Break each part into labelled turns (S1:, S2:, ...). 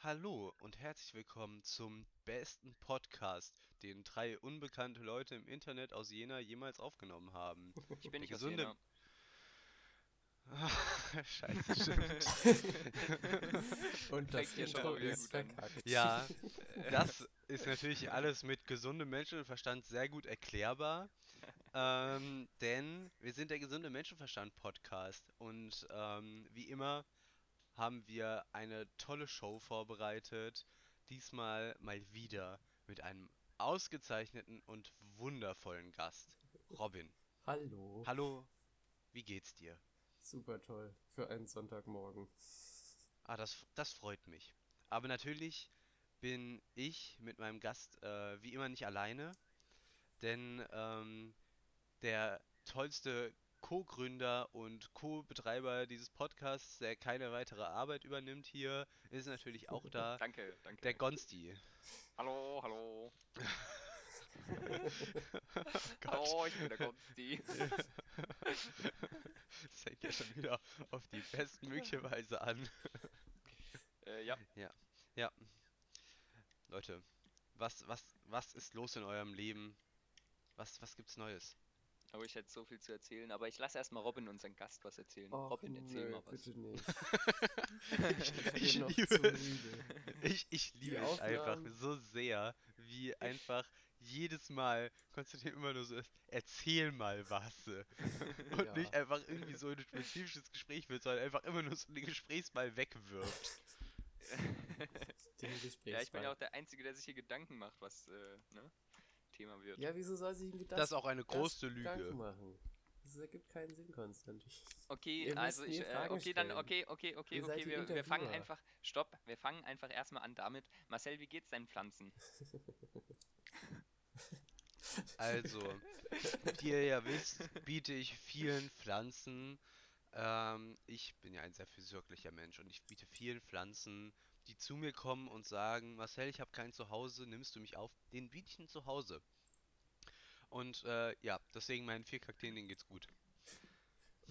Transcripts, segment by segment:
S1: Hallo und herzlich willkommen zum besten Podcast, den drei unbekannte Leute im Internet aus Jena jemals aufgenommen haben.
S2: Ich bin nicht aus
S1: Gesunde-
S2: Jena.
S1: Scheiße, stimmt.
S3: Und das
S2: Fängt hier schon
S3: Intro
S2: mal wieder
S3: ist
S2: gut an.
S3: verkackt.
S1: Ja, das ist natürlich alles mit gesundem Menschenverstand sehr gut erklärbar. Ähm, denn wir sind der gesunde Menschenverstand Podcast und ähm, wie immer haben wir eine tolle Show vorbereitet. Diesmal mal wieder mit einem ausgezeichneten und wundervollen Gast, Robin.
S3: Hallo.
S1: Hallo, wie geht's dir?
S3: Super toll für einen Sonntagmorgen.
S1: Ah, das, das freut mich. Aber natürlich bin ich mit meinem Gast äh, wie immer nicht alleine, denn ähm, der tollste Co-Gründer und Co-Betreiber dieses Podcasts, der keine weitere Arbeit übernimmt hier, ist natürlich auch da,
S2: Danke, danke.
S1: der Gonsti.
S2: hallo, hallo.
S1: Gott.
S2: Hallo, ich bin der Konsti.
S1: Das fängt ja schon wieder auf die bestmögliche Weise an.
S2: äh, ja,
S1: Ja. Leute, was, was, was ist los in eurem Leben? Was, was gibt's Neues?
S2: aber ich hätte so viel zu erzählen. Aber ich lasse erstmal Robin, unseren Gast, was erzählen.
S3: Och,
S2: Robin, erzähl
S3: nö,
S2: Oh, mal was.
S3: Bitte nicht.
S1: Ich
S3: bin noch
S1: liebe
S3: zu
S1: es.
S3: müde.
S1: Ich, ich liebe es einfach
S3: Aufnahmen.
S1: so sehr, wie einfach jedes Mal Konstantin immer nur so ist, erzähl mal was. Und
S3: Ja.
S1: nicht einfach irgendwie so ein spezifisches Gespräch wird, sondern einfach immer nur so den Gesprächsball wegwirft.
S3: Den
S2: Ja, ich bin
S3: Gesprächsball.
S2: ja auch der Einzige, der sich hier Gedanken macht, was äh, ne? Thema wird.
S3: Ja, wieso soll sich ein Gedanke
S1: Das, ist auch eine große
S3: Gedanken
S1: Lüge.
S3: machen? Das ergibt keinen Sinn, Konstantin.
S2: Okay,
S3: Ihr
S2: also
S3: müsst
S2: ich,
S3: mir
S2: äh,
S3: Fragen
S2: okay, dann,
S3: stellen.
S2: okay, okay, okay,
S3: Ihr seid
S2: okay,
S3: die
S2: wir, wir fangen
S3: Interviewer.
S2: einfach, stopp, wir fangen einfach erstmal an damit. Marcel, wie geht's deinen Pflanzen?
S1: Also, wie ihr ja wisst, biete ich vielen Pflanzen. Ähm, ich bin ja ein sehr fürsorglicher Mensch und ich biete vielen Pflanzen, die zu mir kommen und sagen, Marcel, ich habe kein Zuhause, nimmst du mich auf? Den biete ich ein Zuhause. Und äh, ja, deswegen meinen vier Kakteen, denen geht's gut.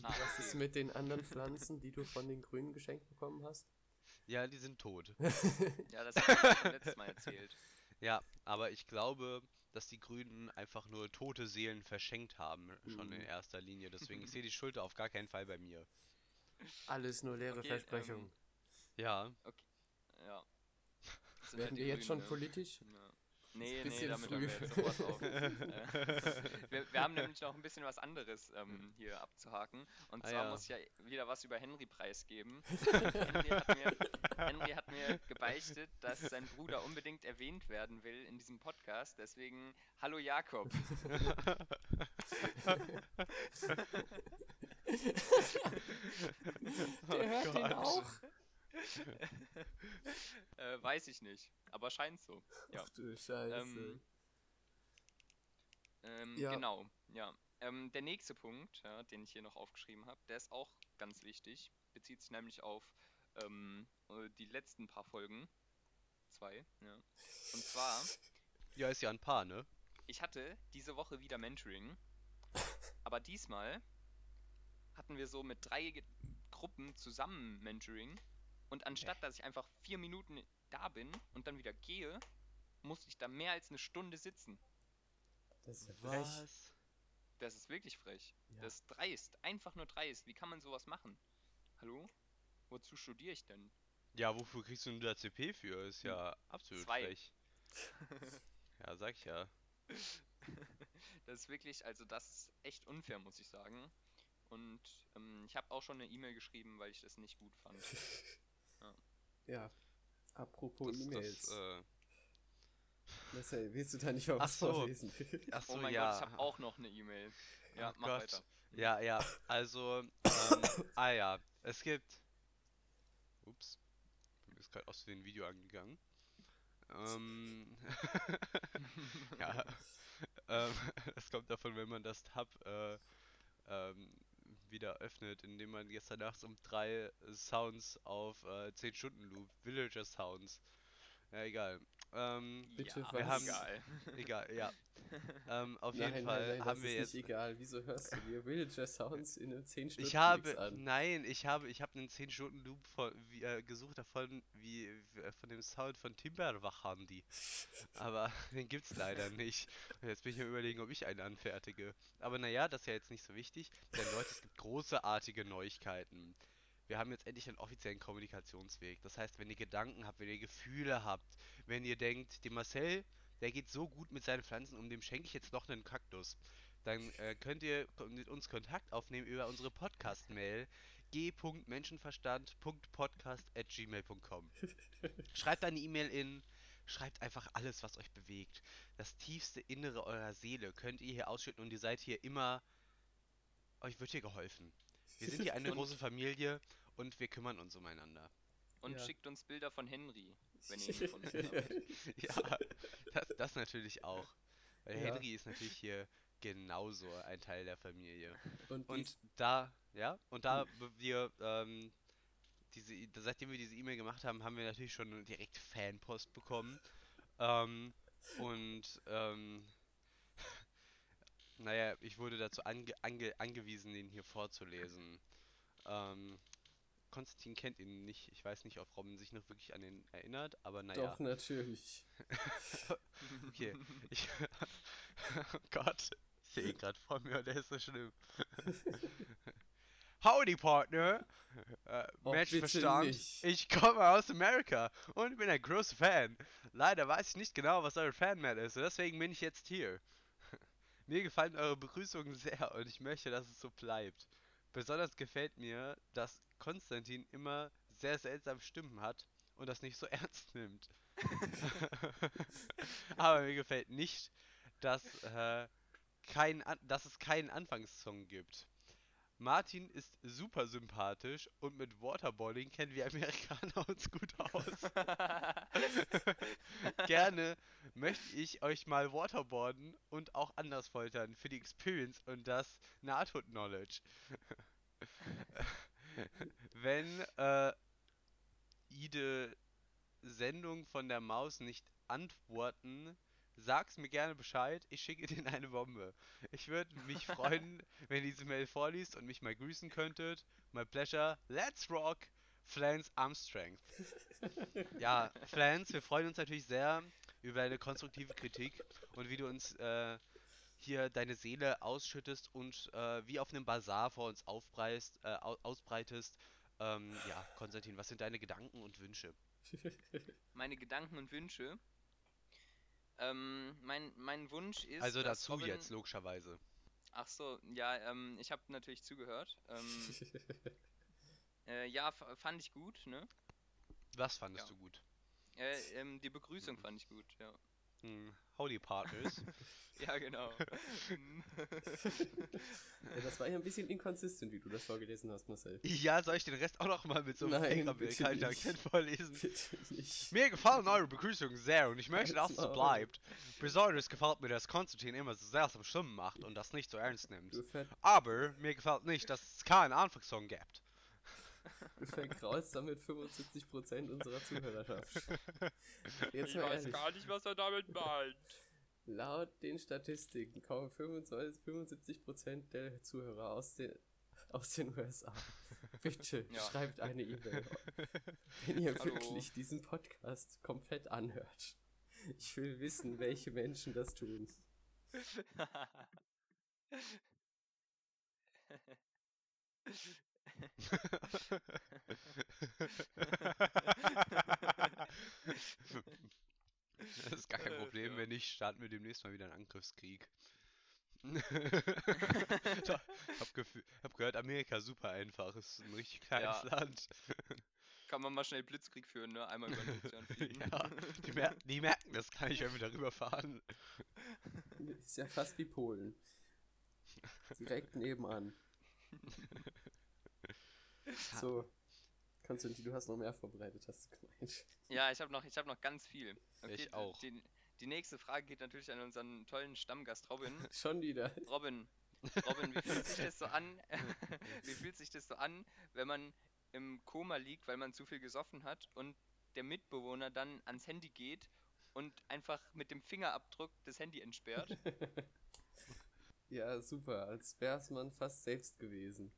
S2: Ah,
S3: Was ist mit den anderen Pflanzen, die du von den Grünen geschenkt bekommen hast?
S1: Ja, die sind tot.
S2: Ja, das habe ich schon letztes Mal erzählt.
S1: Ja, aber ich glaube, dass die Grünen einfach nur tote Seelen verschenkt haben, schon in
S3: Mhm.
S1: erster Linie. Deswegen, ich sehe die Schuld auf gar keinen Fall bei mir.
S3: Alles nur leere
S2: Okay,
S3: Versprechungen.
S2: ähm,
S1: Ja.
S2: Ja. Das sind
S3: Werden
S2: halt die
S3: wir jetzt schon
S2: Grünen, ne?
S3: politisch?
S2: Ja. Nee, nee,
S3: bisschen
S2: damit
S3: früh.
S2: haben wir jetzt sowas auf. Äh, wir, wir haben nämlich noch ein bisschen was anderes ähm, hier abzuhaken. Und
S1: Ah,
S2: zwar
S1: ja.
S2: muss ich ja wieder was über Henry preisgeben. Henry, hat mir, Henry hat mir gebeichtet, dass sein Bruder unbedingt erwähnt werden will in diesem Podcast. Deswegen, hallo Jakob.
S3: Der hört den auch.
S2: Äh, weiß ich nicht, aber scheint so. Ja.
S3: Ach du Scheiße.
S2: Ähm, Ähm,
S3: Ja.
S2: Genau, ja. Ähm, der nächste Punkt, ja, den ich hier noch aufgeschrieben habe, der ist auch ganz wichtig. Bezieht sich nämlich auf ähm, äh, die letzten paar Folgen. Zwei, ja. Und zwar,
S1: Ja, ist ja ein paar, ne?
S2: ich hatte diese Woche wieder Mentoring. Aber diesmal hatten wir so mit drei Ge- Gruppen zusammen Mentoring. Und anstatt, dass ich einfach vier Minuten da bin und dann wieder gehe, musste ich da mehr als eine Stunde sitzen.
S3: das ist ja frech.
S1: Was?
S2: Das ist wirklich frech.
S3: Ja.
S2: Das ist dreist. Einfach nur dreist. Wie kann man sowas machen? Hallo? Wozu studiere ich denn?
S1: Ja, wofür kriegst du denn da CP für? Ist ja absolut
S2: Zwei.
S1: frech. Ja, sag ich ja.
S2: Das ist wirklich, also das ist echt unfair, muss ich sagen. Und ähm, ich habe auch schon eine E-Mail geschrieben, weil ich das nicht gut fand.
S3: Ja. Apropos
S1: Das-
S3: E-Mails.
S1: Das, äh,
S3: Marcel, willst du da nicht mal
S1: Ach
S3: was
S1: so.
S3: vorlesen?
S1: ach
S2: oh
S1: so,
S2: mein
S1: ja.
S2: Gott, ich habe auch noch eine E-Mail. Ja,
S1: Oh
S2: mach
S1: Gott.
S2: weiter.
S1: Ja, ja. Also, ähm, ah ja, es gibt. Ups. Mir ist gerade aus dem Video angegangen. Ähm, ja. Ähm, das kommt davon, wenn man das Tab äh, ähm, wieder öffnet, indem man gestern nachts um drei Sounds auf äh, 10 Stunden Loop, Villager Sounds, Ja, egal. Ähm,
S3: Bitte
S2: ja,
S1: wir haben-
S2: egal.
S1: egal, ja. Ähm, auf
S3: Nein,
S1: jeden
S3: nein,
S1: Fall
S3: nein, das
S1: haben wir
S3: ist
S1: jetzt.
S3: nicht egal. Wieso hörst du dir Villager Sounds in einem 10 Stunden
S1: Ich habe,
S3: an?
S1: nein, ich habe, ich habe einen 10 Stunden Loop von, wie, äh, gesucht davon, wie, wie- von dem Sound von Timberwachandi. Aber den gibt's leider nicht. Und jetzt bin ich mir überlegen, ob ich einen anfertige. Aber naja, das ist ja jetzt nicht so wichtig. Denn Leute, es gibt großartige Neuigkeiten. Wir haben jetzt endlich einen offiziellen Kommunikationsweg. Das heißt, wenn ihr Gedanken habt, wenn ihr Gefühle habt, wenn ihr denkt, dem Marcel, der geht so gut mit seinen Pflanzen um, dem schenke ich jetzt noch einen Kaktus. Dann äh, könnt ihr ko- mit uns Kontakt aufnehmen über unsere Podcast-Mail g.menschenverstand.podcast.gmail.com. Schreibt eine E-Mail in, schreibt einfach alles, was euch bewegt. Das tiefste Innere eurer Seele könnt ihr hier ausschütten und ihr seid hier immer. Euch wird hier geholfen. Wir sind hier eine
S2: Und-
S1: große Familie und wir kümmern uns umeinander.
S2: Und
S3: Ja.
S2: schickt uns Bilder von Henry, wenn ihr ihn gefunden habt.
S1: Ja, das, das natürlich auch. Weil
S3: Ja.
S1: Henry ist natürlich hier genauso ein Teil der Familie.
S3: Und,
S1: Und da, ja, und da be- wir, ähm, diese, I- seitdem wir diese E-Mail gemacht haben, haben wir natürlich schon direkt Fanpost bekommen. Ähm, und, ähm, naja, ich wurde dazu ange ange angewiesen, den hier vorzulesen. Ähm, Konstantin kennt ihn nicht. Ich weiß nicht, ob Robin sich noch wirklich an ihn erinnert, aber
S3: die,
S1: naja.
S3: doch, natürlich.
S1: Okay. Ich, oh Gott, ich sehe ihn gerade vor mir und der ist so schlimm. Howdy, Partner! Äh,
S3: Oh,
S1: Menschenverstand,
S3: bitte nicht.
S1: ich komme aus Amerika und bin ein großer Fan. Leider weiß ich nicht genau, was eure Fanmail ist und deswegen bin ich jetzt hier. Mir gefallen eure Begrüßungen sehr und ich möchte, dass es so bleibt. Besonders gefällt mir, dass Konstantin immer sehr seltsame Stimmen hat und das nicht so ernst nimmt. Aber mir gefällt nicht, dass, äh, kein An dass es keinen Anfangssong gibt. Martin ist super sympathisch und mit Waterboarding kennen wir Amerikaner uns gut aus. Gerne möchte ich euch mal waterboarden und auch anders foltern für die Experience und das Nahtoden-Knowledge. Wenn äh, jede Sendung von der Maus nicht antworten, sag's mir gerne Bescheid, ich schicke dir eine Bombe. Ich würde mich freuen, wenn ihr diese Mail vorliest und mich mal grüßen könntet. My pleasure, let's rock, Flans Armstrength. Ja, Flans, wir freuen uns natürlich sehr über eine konstruktive Kritik und wie du uns äh, hier deine Seele ausschüttest und äh, wie auf einem Bazar vor uns aufpreist, äh, au- ausbreitest. Ähm, ja, Konstantin, was sind deine Gedanken und Wünsche?
S2: Meine Gedanken und Wünsche. Ähm, mein, mein Wunsch ist.
S1: also
S2: dass
S1: dazu
S2: Robin-
S1: jetzt, logischerweise.
S2: Ach so, ja, ähm, ich habe natürlich zugehört. Ähm, äh, ja, f- fand ich gut, ne?
S1: Was fandest
S2: Ja.
S1: du gut?
S2: Äh, ähm, die
S1: Mhm.
S2: Begrüßung fand ich gut, ja.
S1: Hm, Holy Partners.
S2: Ja, genau.
S3: ja, das war ja ein bisschen inkonsistent, wie du das vorgelesen hast, Marcel.
S1: ja, soll ich den Rest auch noch mal mit so einem
S3: Nein, bitte
S1: Faker-Bild
S3: nicht.
S1: vorlesen?
S3: Bitte nicht.
S1: Mir gefallen eure Begrüßungen sehr und ich möchte, dass
S3: Halt's
S1: es
S3: Maul.
S1: bleibt. Besonders gefällt mir, dass Konstantin immer so seltsame Stimmen macht und das nicht so ernst nimmt.
S3: Du, ver
S1: Aber mir gefällt nicht, dass es keinen Anfangssong gibt.
S3: du vergraust damit 75% unserer Zuhörerschaft. Jetzt
S2: ich
S3: mal
S2: weiß
S3: ehrlich.
S2: gar nicht, was er damit meint.
S3: Laut den Statistiken kommen 25, 75% der Zuhörer aus den, aus den USA. Bitte
S2: Ja.
S3: schreibt eine E-Mail, wenn ihr
S2: Hallo.
S3: wirklich diesen Podcast komplett anhört. Ich will wissen, welche Menschen das tun.
S1: Das ist gar kein
S2: Äh,
S1: Problem,
S2: ja.
S1: wenn nicht, starten wir demnächst mal wieder einen Angriffskrieg. ich hab, gefü- hab gehört, Amerika ist super einfach, ist ein richtig kleines
S2: Ja.
S1: Land.
S2: Kann man mal schnell Blitzkrieg führen, ne? Einmal über den Ozean fliegen.
S1: ja, die, mer die merken das gar nicht, wenn wir darüber fahren.
S3: Ist ja fast wie Polen. Direkt nebenan. So. Konstantin, du hast noch mehr vorbereitet, hast du gemeint.
S2: Ja, ich habe noch, ich hab noch ganz viel.
S1: Ich
S2: d-
S1: auch.
S2: Die, die nächste Frage geht natürlich an unseren tollen Stammgast Robin.
S3: Schon wieder.
S2: Robin, Robin, wie fühlt sich das so an? wie fühlt sich das so an, wenn man im Koma liegt, weil man zu viel gesoffen hat und der Mitbewohner dann ans Handy geht und einfach mit dem Fingerabdruck das Handy entsperrt.
S3: ja, super. Als wär's man fast selbst gewesen.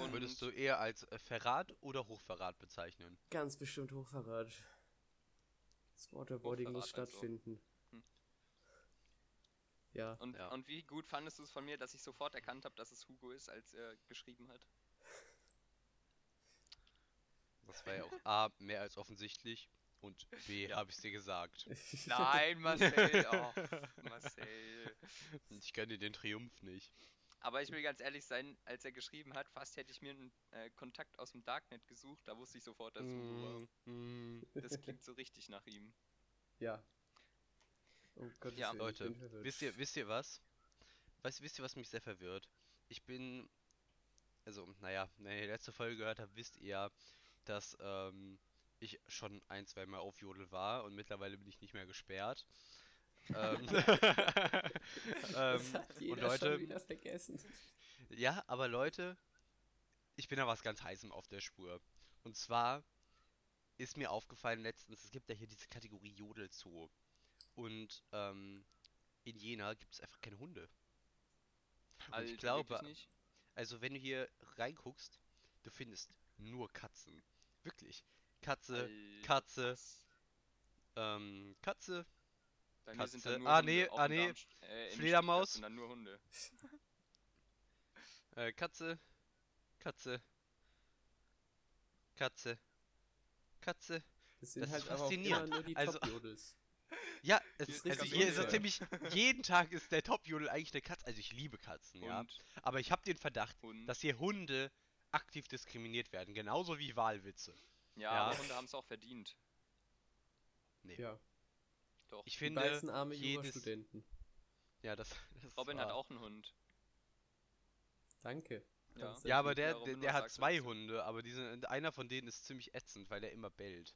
S2: Und-
S1: Würdest du eher als äh, Verrat oder Hochverrat bezeichnen?
S3: Ganz bestimmt Hochverrat. Das Waterboarding muss
S2: Hochverrat also.
S3: stattfinden.
S2: Hm.
S3: Ja,
S2: Und,
S1: Ja.
S2: und wie gut fandest du es von mir, dass ich sofort erkannt habe, dass es Hugo ist, als er geschrieben hat?
S1: Das war ja auch A, mehr als offensichtlich und B, habe ich dir gesagt.
S2: Nein, Marcel. Oh, Marcel.
S1: Ich gönne dir den Triumph nicht.
S2: Aber ich will ganz ehrlich sein, als er geschrieben hat, fast hätte ich mir einen äh, Kontakt aus dem Darknet gesucht. Da wusste ich sofort, dass es Hugo war.
S1: Mm, mm.
S2: Das klingt so richtig nach ihm.
S3: ja. Oh Gott,
S2: Ja,
S1: Leute, Wisst ihr, ähm, wisst ihr was? was? Wisst ihr, was mich sehr verwirrt? Ich bin, also, naja, wenn ihr die letzte Folge gehört habt, wisst ihr ja, dass ähm, ich schon ein, zwei Mal auf Jodel war und mittlerweile bin ich nicht mehr gesperrt. ähm,
S3: das
S1: ähm,
S3: hat jeder
S1: und Leute,
S3: schon wieder vergessen.
S1: Ja, aber Leute, ich bin da was ganz Heißem auf der Spur. Und zwar ist mir aufgefallen letztens, es gibt ja hier diese Kategorie Jodelzoo. Und ähm, in Jena gibt es einfach keine Hunde. Und
S2: Alter,
S1: ich glaube,
S2: wirklich nicht.
S1: also wenn du hier reinguckst, du findest nur Katzen. Wirklich. Katze,
S2: Alter,
S1: Katze,
S2: krass.
S1: ähm, Katze,
S2: Bei mir sind
S1: Katze.
S2: dann nur
S1: Ah,
S2: Hunde,
S1: nee,
S2: auch
S1: ah,
S2: in
S1: nee.
S2: Darmst- äh, in
S1: Fledermaus.
S2: Stuttgart sind dann nur Hunde.
S1: äh, Katze, Katze, Katze, Katze.
S3: Das sind
S1: Das ist
S3: halt aber auch immer
S1: faszinierend.
S3: nur die
S1: Also-
S3: Top-Jodels.
S1: Ja, es,
S2: Hier
S1: ist-
S2: ist
S1: also
S2: ganz
S1: hier ist es
S3: unfair.
S1: ziemlich. Jeden Tag ist der Top-Jodel eigentlich eine Katze. Also ich liebe Katzen, ja.
S2: Und Mhm.
S1: Aber ich habe den Verdacht,
S2: Hund.
S1: dass hier Hunde aktiv diskriminiert werden. Genauso wie Wahlwitze.
S2: ja,
S1: ja.
S2: aber Hunde haben es auch verdient.
S3: Ja,
S2: Doch.
S1: Ich
S3: die
S1: finde.
S3: weißen arme
S1: jedes-
S3: Jurastudenten.
S1: Ja, das, das ist
S2: Robin
S1: wahr.
S2: hat auch einen Hund.
S3: Danke.
S2: Ja.
S3: Kannst du
S1: Ja, aber
S2: Ja,
S1: der,
S2: Robin,
S1: der,
S2: was
S1: der hat
S2: sagst du
S1: zwei
S2: dazu?
S1: Hunde, aber diese, einer von denen ist ziemlich ätzend, weil der immer bellt.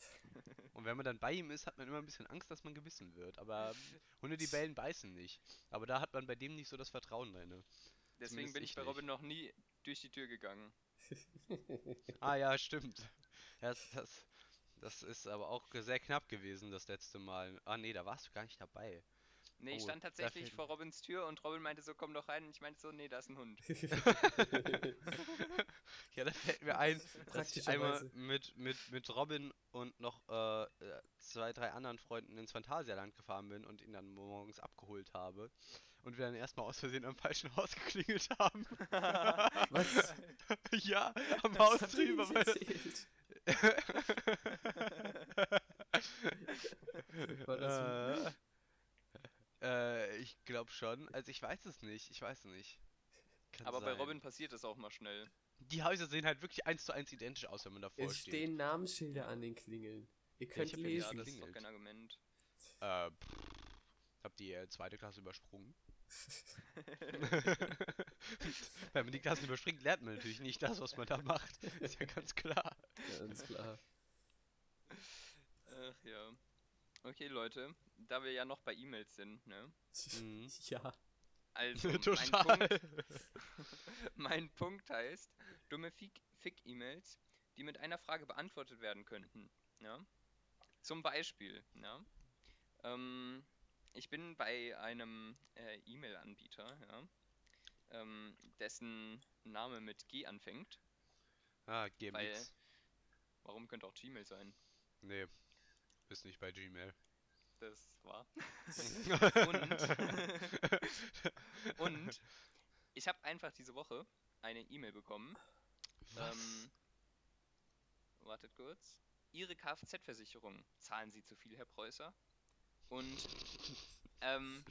S1: Und wenn man dann bei ihm ist, hat man immer ein bisschen Angst, dass man gebissen wird. Aber Hunde, die bellen, beißen nicht. Aber da hat man bei dem nicht so das Vertrauen ne? drin.
S2: Deswegen
S1: Zumindest
S2: bin ich
S1: ich
S2: bei
S1: nicht.
S2: Robin noch nie durch die Tür gegangen.
S1: Ah ja, stimmt. Ja, Das, das, das ist aber auch ge- sehr knapp gewesen das letzte Mal. Ah nee, da warst du gar nicht dabei.
S2: Nee, ich
S1: Oh,
S2: stand
S1: da
S2: tatsächlich
S1: fehlt-
S2: vor Robins Tür und Robin meinte so, komm doch rein. Und ich meinte so, nee, da ist ein Hund.
S1: Ja, da fällt mir ein, dass ich einmal
S3: Praktischerweise.
S1: mit, mit, mit Robin und noch äh, äh, zwei, drei anderen Freunden ins Phantasialand gefahren bin und ihn dann morgens abgeholt habe. Und wir dann erstmal aus Versehen am falschen Haus geklingelt haben.
S3: Was?
S1: ja, am
S3: Was
S1: Haus
S3: hat er
S1: drüber.
S3: denn
S1: weil-
S3: erzählt? War das
S1: äh, äh, ich glaube schon. Also ich weiß es nicht. Ich weiß es nicht. Kann
S2: aber bei
S1: sein.
S2: Robin passiert das auch mal schnell.
S1: Die Häuser sehen halt wirklich eins zu eins identisch aus, wenn man davor
S3: Es
S1: steht.
S3: stehen Namensschilder an den Klingeln. Ihr könnt
S1: hab ja
S2: Ja,
S1: die
S3: lesen.
S2: das ist doch
S1: klingelt.
S2: kein Argument.
S1: Äh, pff, hab die äh, zweite Klasse übersprungen. Wenn man die Klassen überspringt, lernt man natürlich nicht das, was man da macht. Ist ja ganz klar.
S3: Ganz klar.
S2: Ach ja. Okay, Leute, da wir ja noch bei E-Mails sind, ne?
S1: Mhm.
S3: Ja.
S2: Also, mein
S1: Total.
S2: Punkt, mein Punkt heißt, dumme Fick- Fick-E-Mails, die mit einer Frage beantwortet werden könnten. Ja? Zum Beispiel, ja? ähm, ich bin bei einem äh, E-Mail-Anbieter, ja? ähm, dessen Name mit G anfängt.
S1: Ah, GMX.
S2: Weil- Warum könnte auch Gmail sein?
S1: Nee, ist nicht bei Gmail.
S2: Das war. Und, und ich habe einfach diese Woche eine E-Mail bekommen
S1: Was?
S2: Ähm, wartet kurz. Ihre Kfz-Versicherung zahlen Sie zu viel, Herr Preußer. Und ähm,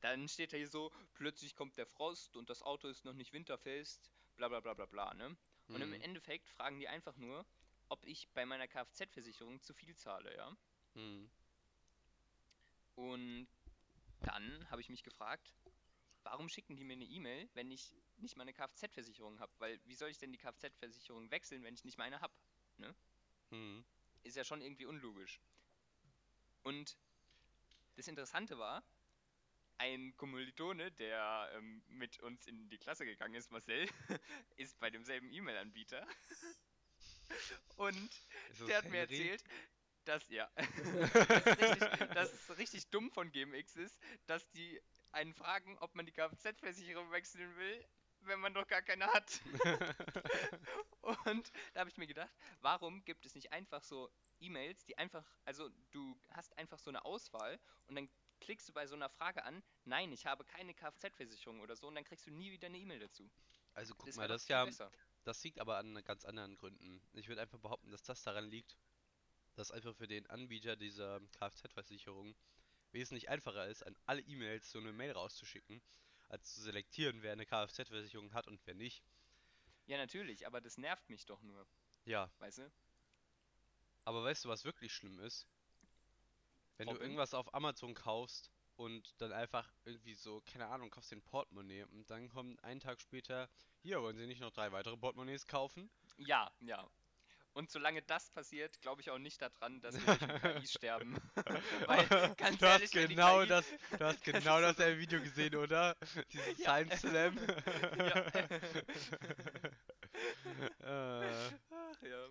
S2: dann steht da hier so, plötzlich kommt der Frost und das Auto ist noch nicht winterfest, bla bla bla bla bla, ne? Und im
S1: Mhm.
S2: Endeffekt fragen die einfach nur, ob ich bei meiner Kfz-Versicherung zu viel zahle, ja?
S1: Mhm.
S2: Und dann habe ich mich gefragt, warum schicken die mir eine E-Mail, wenn ich nicht meine Kfz-Versicherung habe? Weil wie soll ich denn die Kfz-Versicherung wechseln, wenn ich nicht meine habe?
S1: Mhm.
S2: ist ja schon irgendwie unlogisch. Und das Interessante war, ein Kommilitone, der ähm, mit uns in die Klasse gegangen ist, Marcel, ist bei demselben E-Mail-Anbieter. Und
S1: Ist das
S2: der hat mir
S1: Henry?
S2: erzählt, dass, ja, dass, richtig, dass es richtig dumm von GMX ist, dass die einen fragen, ob man die Kfz-Versicherung wechseln will, wenn man doch gar keine hat. Und da habe ich mir gedacht, warum gibt es nicht einfach so E-Mails, die einfach, also du hast einfach so eine Auswahl und dann klickst du bei so einer Frage an, nein, ich habe keine Kfz-Versicherung oder so und dann kriegst du nie wieder eine E-Mail dazu.
S1: Also guck
S2: Das
S1: mal,
S2: wär doch
S1: das ist
S2: viel
S1: ja,
S2: besser.
S1: das liegt aber an ganz anderen Gründen. Ich würde einfach behaupten, dass das daran liegt, dass einfach für den Anbieter dieser Kfz-Versicherung wesentlich einfacher ist, an alle E-Mails so eine Mail rauszuschicken, als zu selektieren, wer eine Kfz-Versicherung hat und wer nicht.
S2: Ja, natürlich, aber das nervt mich doch nur,
S1: Ja,
S2: weißt du?
S1: aber weißt du, was wirklich schlimm ist? Wenn du
S2: Robin?
S1: irgendwas auf Amazon kaufst und dann einfach irgendwie so, keine Ahnung, kaufst den Portemonnaie und dann kommt einen Tag später, hier, wollen Sie nicht noch drei weitere Portemonnaies kaufen?
S2: Ja, ja. Und solange das passiert, glaube ich auch nicht daran, dass wir durch eine KI sterben. Weil, ganz
S1: du hast
S2: ehrlich, wenn die
S1: genau
S2: KI
S1: das, du hast
S2: Das ist
S1: genau
S2: so
S1: das im Video gesehen, oder? Dieses
S2: Ja.
S1: Time Slam. äh,
S2: Ach ja. Äh,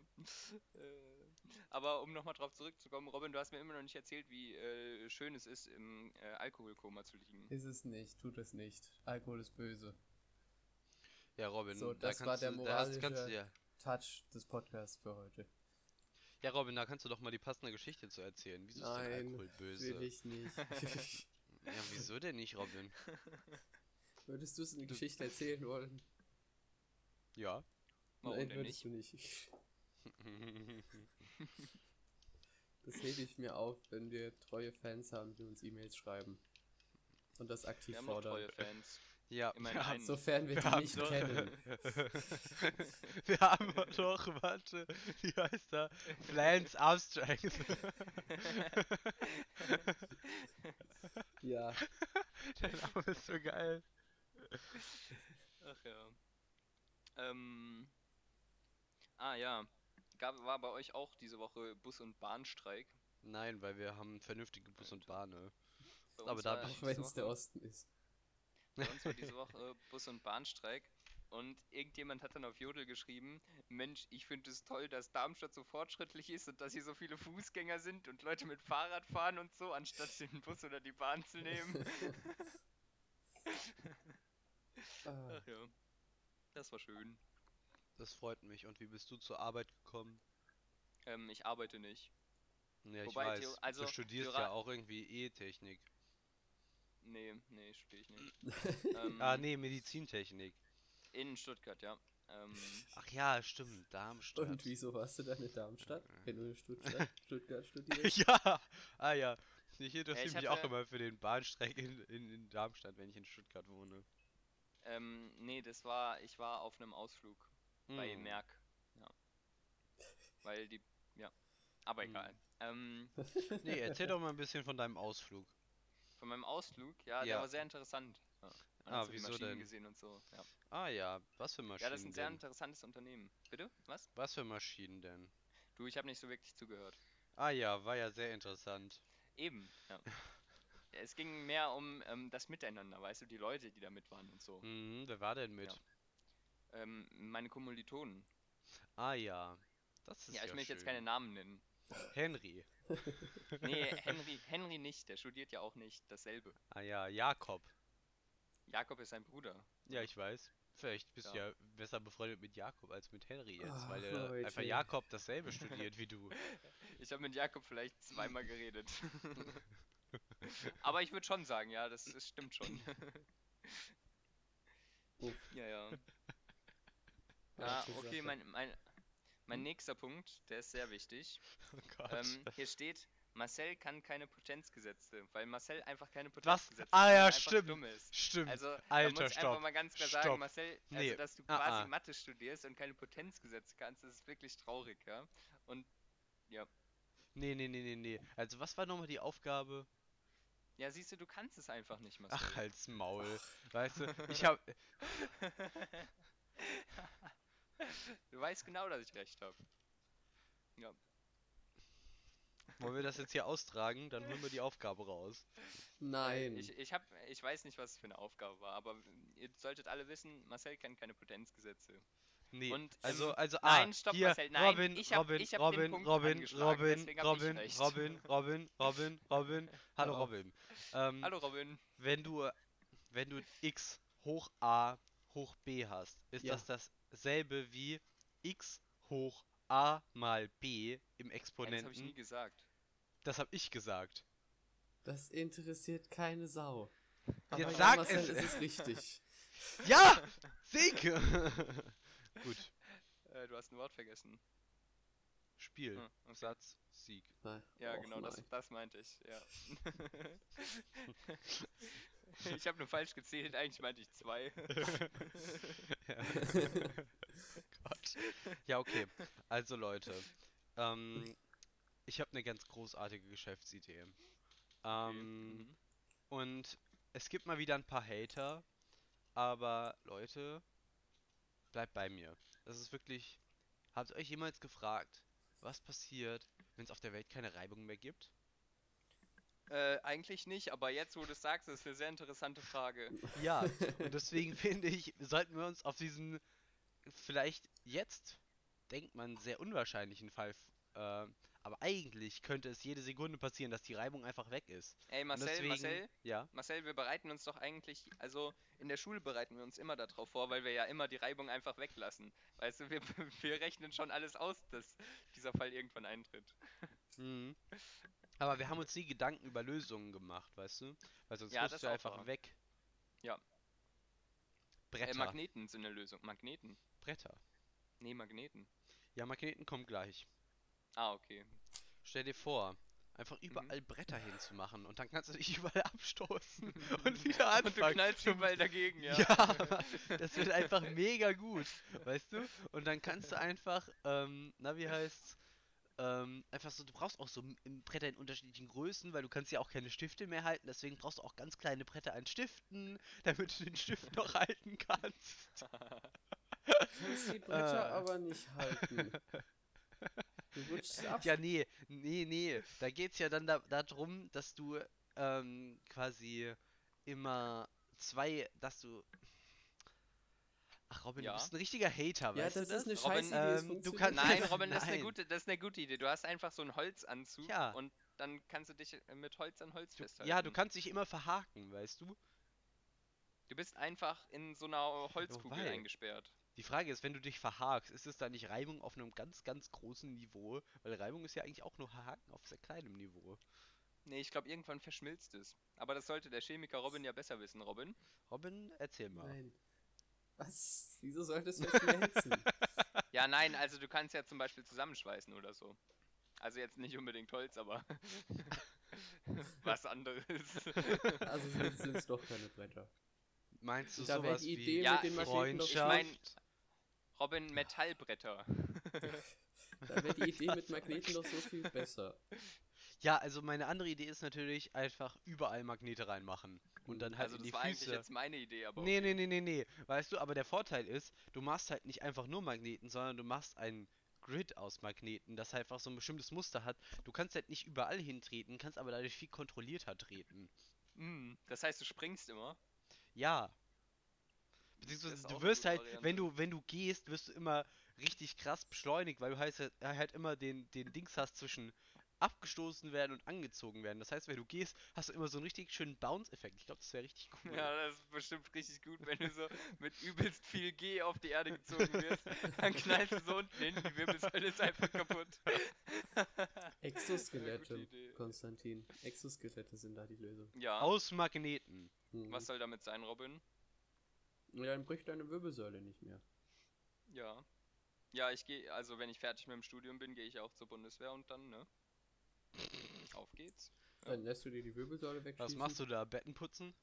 S2: Aber um nochmal drauf zurückzukommen, Robin, du hast mir immer noch nicht erzählt, wie äh, schön es ist, im äh, Alkoholkoma zu liegen.
S3: Ist es nicht, tut es nicht. Alkohol ist böse.
S1: ja, Robin,
S3: So,
S1: da
S3: das war
S1: kannst
S3: der
S1: du, da hast, kannst du
S3: moralische-
S1: ja.
S3: Touch des Podcasts für heute.
S1: Ja, Robin, da kannst du doch mal die passende Geschichte zu erzählen. Wieso ist denn
S3: Nein,
S1: Alkohol böse?
S3: Will ich nicht.
S1: Ja, wieso denn nicht, Robin?
S3: Würdest du es in die
S1: Du-
S3: Geschichte erzählen wollen?
S1: Ja.
S2: Warum
S3: Nein,
S2: denn
S3: würdest
S2: nicht?
S3: du nicht. Das hebe ich mir auf, wenn wir treue Fans haben, die uns E-Mails schreiben. Und das aktiv
S2: Wir haben noch
S3: fordern.
S2: treue Fans.
S1: ja.
S2: Immerhin
S1: ja.
S2: einen.
S3: Sofern wir
S1: Wir
S3: die
S1: haben
S3: nicht
S1: doch-
S3: kennen.
S1: Wir haben doch, warte, wie heißt er? Lance Armstrong.
S3: Ja,
S1: Dein Name ist so geil.
S2: Ach ja. Ähm. Ah ja. Gab, war bei euch auch diese Woche Bus- und Bahnstreik?
S1: Nein, weil wir haben vernünftige Bus und Bahn, ne?
S2: Bei
S1: Aber
S2: uns
S1: da
S2: war
S1: hab ich
S3: auch
S2: diese
S3: wenn es der
S2: Woche-
S3: Osten ist.
S2: Bei uns war diese Woche äh, Bus- und Bahnstreik und irgendjemand hat dann auf Jodel geschrieben, Mensch, ich finde es toll, dass Darmstadt so fortschrittlich ist und dass hier so viele Fußgänger sind und Leute mit Fahrrad fahren und so, anstatt den Bus oder die Bahn zu nehmen.
S3: Ah,
S2: Ach ja. Das war schön.
S1: Das freut mich. Und wie bist du zur Arbeit gekommen?
S2: Ähm, ich arbeite nicht.
S1: Ja, ich
S2: Wobei,
S1: weiß.
S2: Theo- also,
S1: du studierst
S2: Theora-
S1: ja auch irgendwie E-Technik.
S2: Nee, nee, spiele ich nicht. ähm,
S1: Ah, nee, Medizintechnik.
S2: In Stuttgart, ja. Ähm,
S1: Ach ja, stimmt, Darmstadt.
S3: Und wieso warst du dann in Darmstadt, wenn du in Stuttgart, Stuttgart studierst?
S1: ja, ah ja. Ich interessiere
S2: ich
S1: mich auch
S2: hatte-
S1: immer für den Bahnstreik in, in, in Darmstadt, wenn ich in Stuttgart wohne.
S2: ähm, nee, das war, ich war auf einem Ausflug bei
S1: Hm.
S2: Merck. Ja. Weil die, ja. Aber
S1: Hm.
S2: egal. Ähm,
S1: Nee, erzähl doch mal ein bisschen von deinem Ausflug.
S2: Von meinem Ausflug, ja, der
S1: Ja.
S2: war sehr interessant. Ja. Man hat
S1: Ah,
S2: so die
S1: wieso
S2: Maschinen
S1: denn?
S2: gesehen und so. Ja.
S1: Ah ja, was für Maschinen
S2: ja, das ist ein sehr
S1: denn?
S2: interessantes Unternehmen. Bitte? Was?
S1: Was für Maschinen denn?
S2: Du, ich habe nicht so wirklich zugehört.
S1: Ah ja, war ja sehr interessant.
S2: Eben, ja. es ging mehr um ähm, das Miteinander, weißt du, die Leute, die da mit waren und so.
S1: Mhm, wer war denn mit?
S2: Ja. Ähm, meine Kommilitonen.
S1: Ah ja, das ist
S2: Ja,
S1: ja
S2: ich möchte
S1: schön.
S2: jetzt keine Namen nennen.
S1: Henry.
S2: Nee, Henry, Henry nicht, der studiert ja auch nicht dasselbe.
S1: Ah ja, Jakob.
S2: Jakob ist sein Bruder.
S1: Ja, ich weiß. Vielleicht bist du
S2: Ja. Ah,
S1: ja besser befreundet mit Jakob als mit Henry jetzt,
S3: Ach,
S1: weil er einfach
S3: Leute.
S1: Jakob dasselbe studiert wie du.
S2: Ich habe mit Jakob vielleicht zweimal geredet. Aber ich würde schon sagen, ja, das, das stimmt schon.
S3: Uff.
S2: ja, ja. Ah,
S3: Alte
S2: okay,
S3: Sache.
S2: mein, mein,
S1: Hm?
S2: mein nächster Punkt, der ist sehr wichtig.
S1: Oh Gott.
S2: Ähm, hier steht, Marcel kann keine Potenzgesetze, weil Marcel einfach keine Potenzgesetze
S1: Was? Ah
S2: kann,
S1: ja,
S2: einfach
S1: stimmt.
S2: dumm ist.
S1: Stimmt.
S2: Also,
S1: Alter,
S2: man muss einfach
S1: stopp,
S2: mal ganz klar sagen,
S1: stopp.
S2: Marcel, also,
S1: Nee,
S2: dass du
S1: ah,
S2: quasi
S1: ah.
S2: Mathe studierst und keine Potenzgesetze kannst, das ist wirklich traurig, ja. Und
S1: nee, nee, nee, nee, nee. Also, was war nochmal die Aufgabe?
S2: ja, siehst du, du kannst es einfach nicht, Marcel.
S1: Ach, halt's Maul. Weißt du, ich hab.
S2: Du weißt genau, dass ich recht habe.
S1: Wollen wir das jetzt hier austragen? Dann holen wir die Aufgabe raus.
S3: Nein.
S2: Ich, ich, hab, ich weiß nicht, was es für eine Aufgabe war, aber ihr solltet alle wissen, Marcel kann keine Potenzgesetze.
S1: Nee,
S2: Und,
S1: also,
S2: ähm,
S1: also ah,
S2: nein, stopp,
S1: hier,
S2: Marcel, nein,
S1: Robin,
S2: ich hab-
S1: Robin,
S2: ich hab den
S1: Robin,
S2: Punkt
S1: Robin,
S2: angeschlagen,
S1: Robin,
S2: deswegen hab ich
S1: Robin,
S2: recht.
S1: Robin, Robin, Robin, Robin, hallo
S3: Ja.
S1: Robin. Ähm,
S2: Hallo Robin.
S1: Wenn du, wenn du x hoch a hoch b hast, ist
S3: Ja.
S1: das dasselbe wie x hoch a mal b im
S2: Nein, Das habe ich nie
S1: Exponenten?
S2: gesagt.
S1: Das habe ich gesagt.
S3: Das interessiert keine Sau. Aber
S1: Jetzt
S3: ja,
S1: sag
S3: Marcel,
S1: es.
S3: es ist richtig.
S1: Ja! Sieg! Gut,
S2: Äh, du hast ein Wort vergessen.
S1: Spiel,
S2: Hm, okay.
S1: Satz, Sieg.
S3: Nein.
S2: Ja,
S3: Och
S2: genau, das,
S3: nein.
S2: das meinte ich. Ja. ich habe nur falsch gezählt, eigentlich meinte ich zwei.
S1: ja. Gott. Ja, okay. Also Leute, ähm, ich habe eine ganz großartige Geschäftsidee. Ähm,
S2: Mhm.
S1: und es gibt mal wieder ein paar Hater, aber Leute, bleibt bei mir. Das ist wirklich. Habt ihr euch jemals gefragt, was passiert, wenn es auf der Welt keine Reibung mehr gibt?
S2: Äh, eigentlich nicht, aber jetzt, wo du es sagst, ist eine sehr interessante Frage.
S1: Ja, und deswegen finde ich, sollten wir uns auf diesen vielleicht jetzt, denkt man, sehr unwahrscheinlichen Fall, f- äh, aber eigentlich könnte es jede Sekunde passieren, dass die Reibung einfach weg ist.
S2: Ey,
S1: Und
S2: Marcel,
S1: deswegen,
S2: Marcel,
S1: ja,
S2: Marcel, wir bereiten uns doch eigentlich, also in der Schule bereiten wir uns immer darauf vor, weil wir ja immer die Reibung einfach weglassen. Weißt du, wir, wir rechnen schon alles aus, dass dieser Fall irgendwann eintritt.
S1: mhm. aber wir haben uns nie Gedanken über Lösungen gemacht, weißt du? Weil sonst
S2: Ja,
S1: musst
S2: das
S1: du
S2: auch
S1: einfach
S2: wahr.
S1: weg.
S2: Ja. Äh,
S1: Bretter,
S2: Magneten sind eine Lösung. Magneten.
S1: Bretter.
S2: Nee, Magneten.
S1: Ja, Magneten kommt gleich.
S2: Ah, okay.
S1: Stell dir vor, einfach überall
S2: Mhm.
S1: Bretter hinzumachen und dann kannst du dich überall abstoßen und wieder
S2: Und du
S1: anfangen.
S2: knallst überall dagegen, ja.
S1: Ja, das wird einfach mega gut, weißt du? Und dann kannst du einfach, ähm, na wie heißt's, ähm, einfach so, du brauchst auch so M- M- Bretter in unterschiedlichen Größen, weil du kannst ja auch keine Stifte mehr halten, deswegen brauchst du auch ganz kleine Bretter an Stiften, damit du den Stift noch halten kannst.
S3: Du kannst die Bretter
S1: Äh.
S3: aber nicht halten. Du rutschst ab.
S1: Ja, nee, nee, nee. Da geht's ja dann da- darum, dass du ähm, quasi immer zwei, dass du. Ach Robin,
S2: Ja.
S1: du bist ein richtiger Hater,
S3: Ja,
S1: weißt du
S3: das ist eine
S2: Robin,
S3: Scheißidee, es
S1: ähm, du
S3: funktioniert
S1: kannst-
S2: Nein,
S3: nicht.
S2: Robin, das ist, eine
S1: Nein.
S2: gute, das ist eine gute Idee. Du hast einfach so einen Holzanzug
S1: Ja.
S2: und dann kannst du dich äh, mit Holz an Holz
S1: Du,
S2: festhalten.
S1: ja, du kannst dich immer verhaken, weißt du?
S2: Du bist einfach in so einer Holzkugel
S1: wobei.
S2: eingesperrt.
S1: Die Frage ist, wenn du dich verhakst, ist es da nicht Reibung auf einem ganz, ganz großen Niveau? Weil Reibung ist ja eigentlich auch nur Haken auf sehr kleinem Niveau.
S2: Nee, ich glaube, irgendwann verschmilzt es. Aber das sollte der Chemiker Robin ja besser wissen, Robin.
S1: Robin, erzähl mal.
S3: Nein. Was? Wieso solltest du schmelzen?
S2: Ja, nein, also du kannst ja zum Beispiel zusammenschweißen oder so. Also jetzt nicht unbedingt Holz, aber was anderes.
S3: Also schmelzen sind es doch keine Bretter.
S1: Meinst du
S3: Da wäre
S1: sowas
S3: die
S1: wie
S3: Idee
S2: Ja,
S3: mit den Magneten doch
S1: Freundschaft?
S2: ich mein-
S3: schon,
S2: Robin, Metallbretter.
S1: Halt
S3: da wäre die Idee mit Magneten doch so viel besser.
S1: Ja, also meine andere Idee ist natürlich einfach überall Magnete reinmachen. Und dann halt
S2: Also
S1: in
S2: das
S1: die
S2: war eigentlich
S1: Füße.
S2: jetzt meine Idee, aber
S1: Nee, nee, nee, nee, nee. Weißt du, aber der Vorteil ist, du machst halt nicht einfach nur Magneten, sondern du machst einen Grid aus Magneten, das halt einfach so ein bestimmtes Muster hat. Du kannst halt nicht überall hintreten, kannst aber dadurch viel kontrollierter treten.
S2: Mm, das heißt, du springst immer.
S1: Ja. Beziehungsweise
S2: ist auch
S1: du
S2: eine
S1: wirst
S2: gute
S1: halt, wenn
S2: Variante.
S1: du, wenn du gehst, wirst du immer richtig krass beschleunigt, weil du heißt, halt- halt immer den, den Dings hast zwischen abgestoßen werden und angezogen werden. Das heißt, wenn du gehst, hast du immer so einen richtig schönen Bounce-Effekt. Ich glaube, das wäre richtig cool.
S2: Ja, das ist bestimmt richtig gut, wenn du so mit übelst viel G auf die Erde gezogen wirst. Dann knallst du so unten hin, die Wirbelsäule ist einfach kaputt. Gute
S3: Exoskelette,
S2: Idee.
S3: Konstantin. Exoskelette sind da die Lösung.
S2: Ja,
S1: Aus Magneten.
S3: Mhm.
S2: was soll damit sein, Robin?
S3: Ja, dann bricht deine Wirbelsäule nicht mehr.
S2: Ja. Ja, ich gehe, also wenn ich fertig mit dem Studium bin, gehe ich auch zur Bundeswehr und dann, ne? Auf geht's.
S3: Dann lässt du dir die Wirbelsäule wegschießen.
S1: Was machst du da? Betten putzen?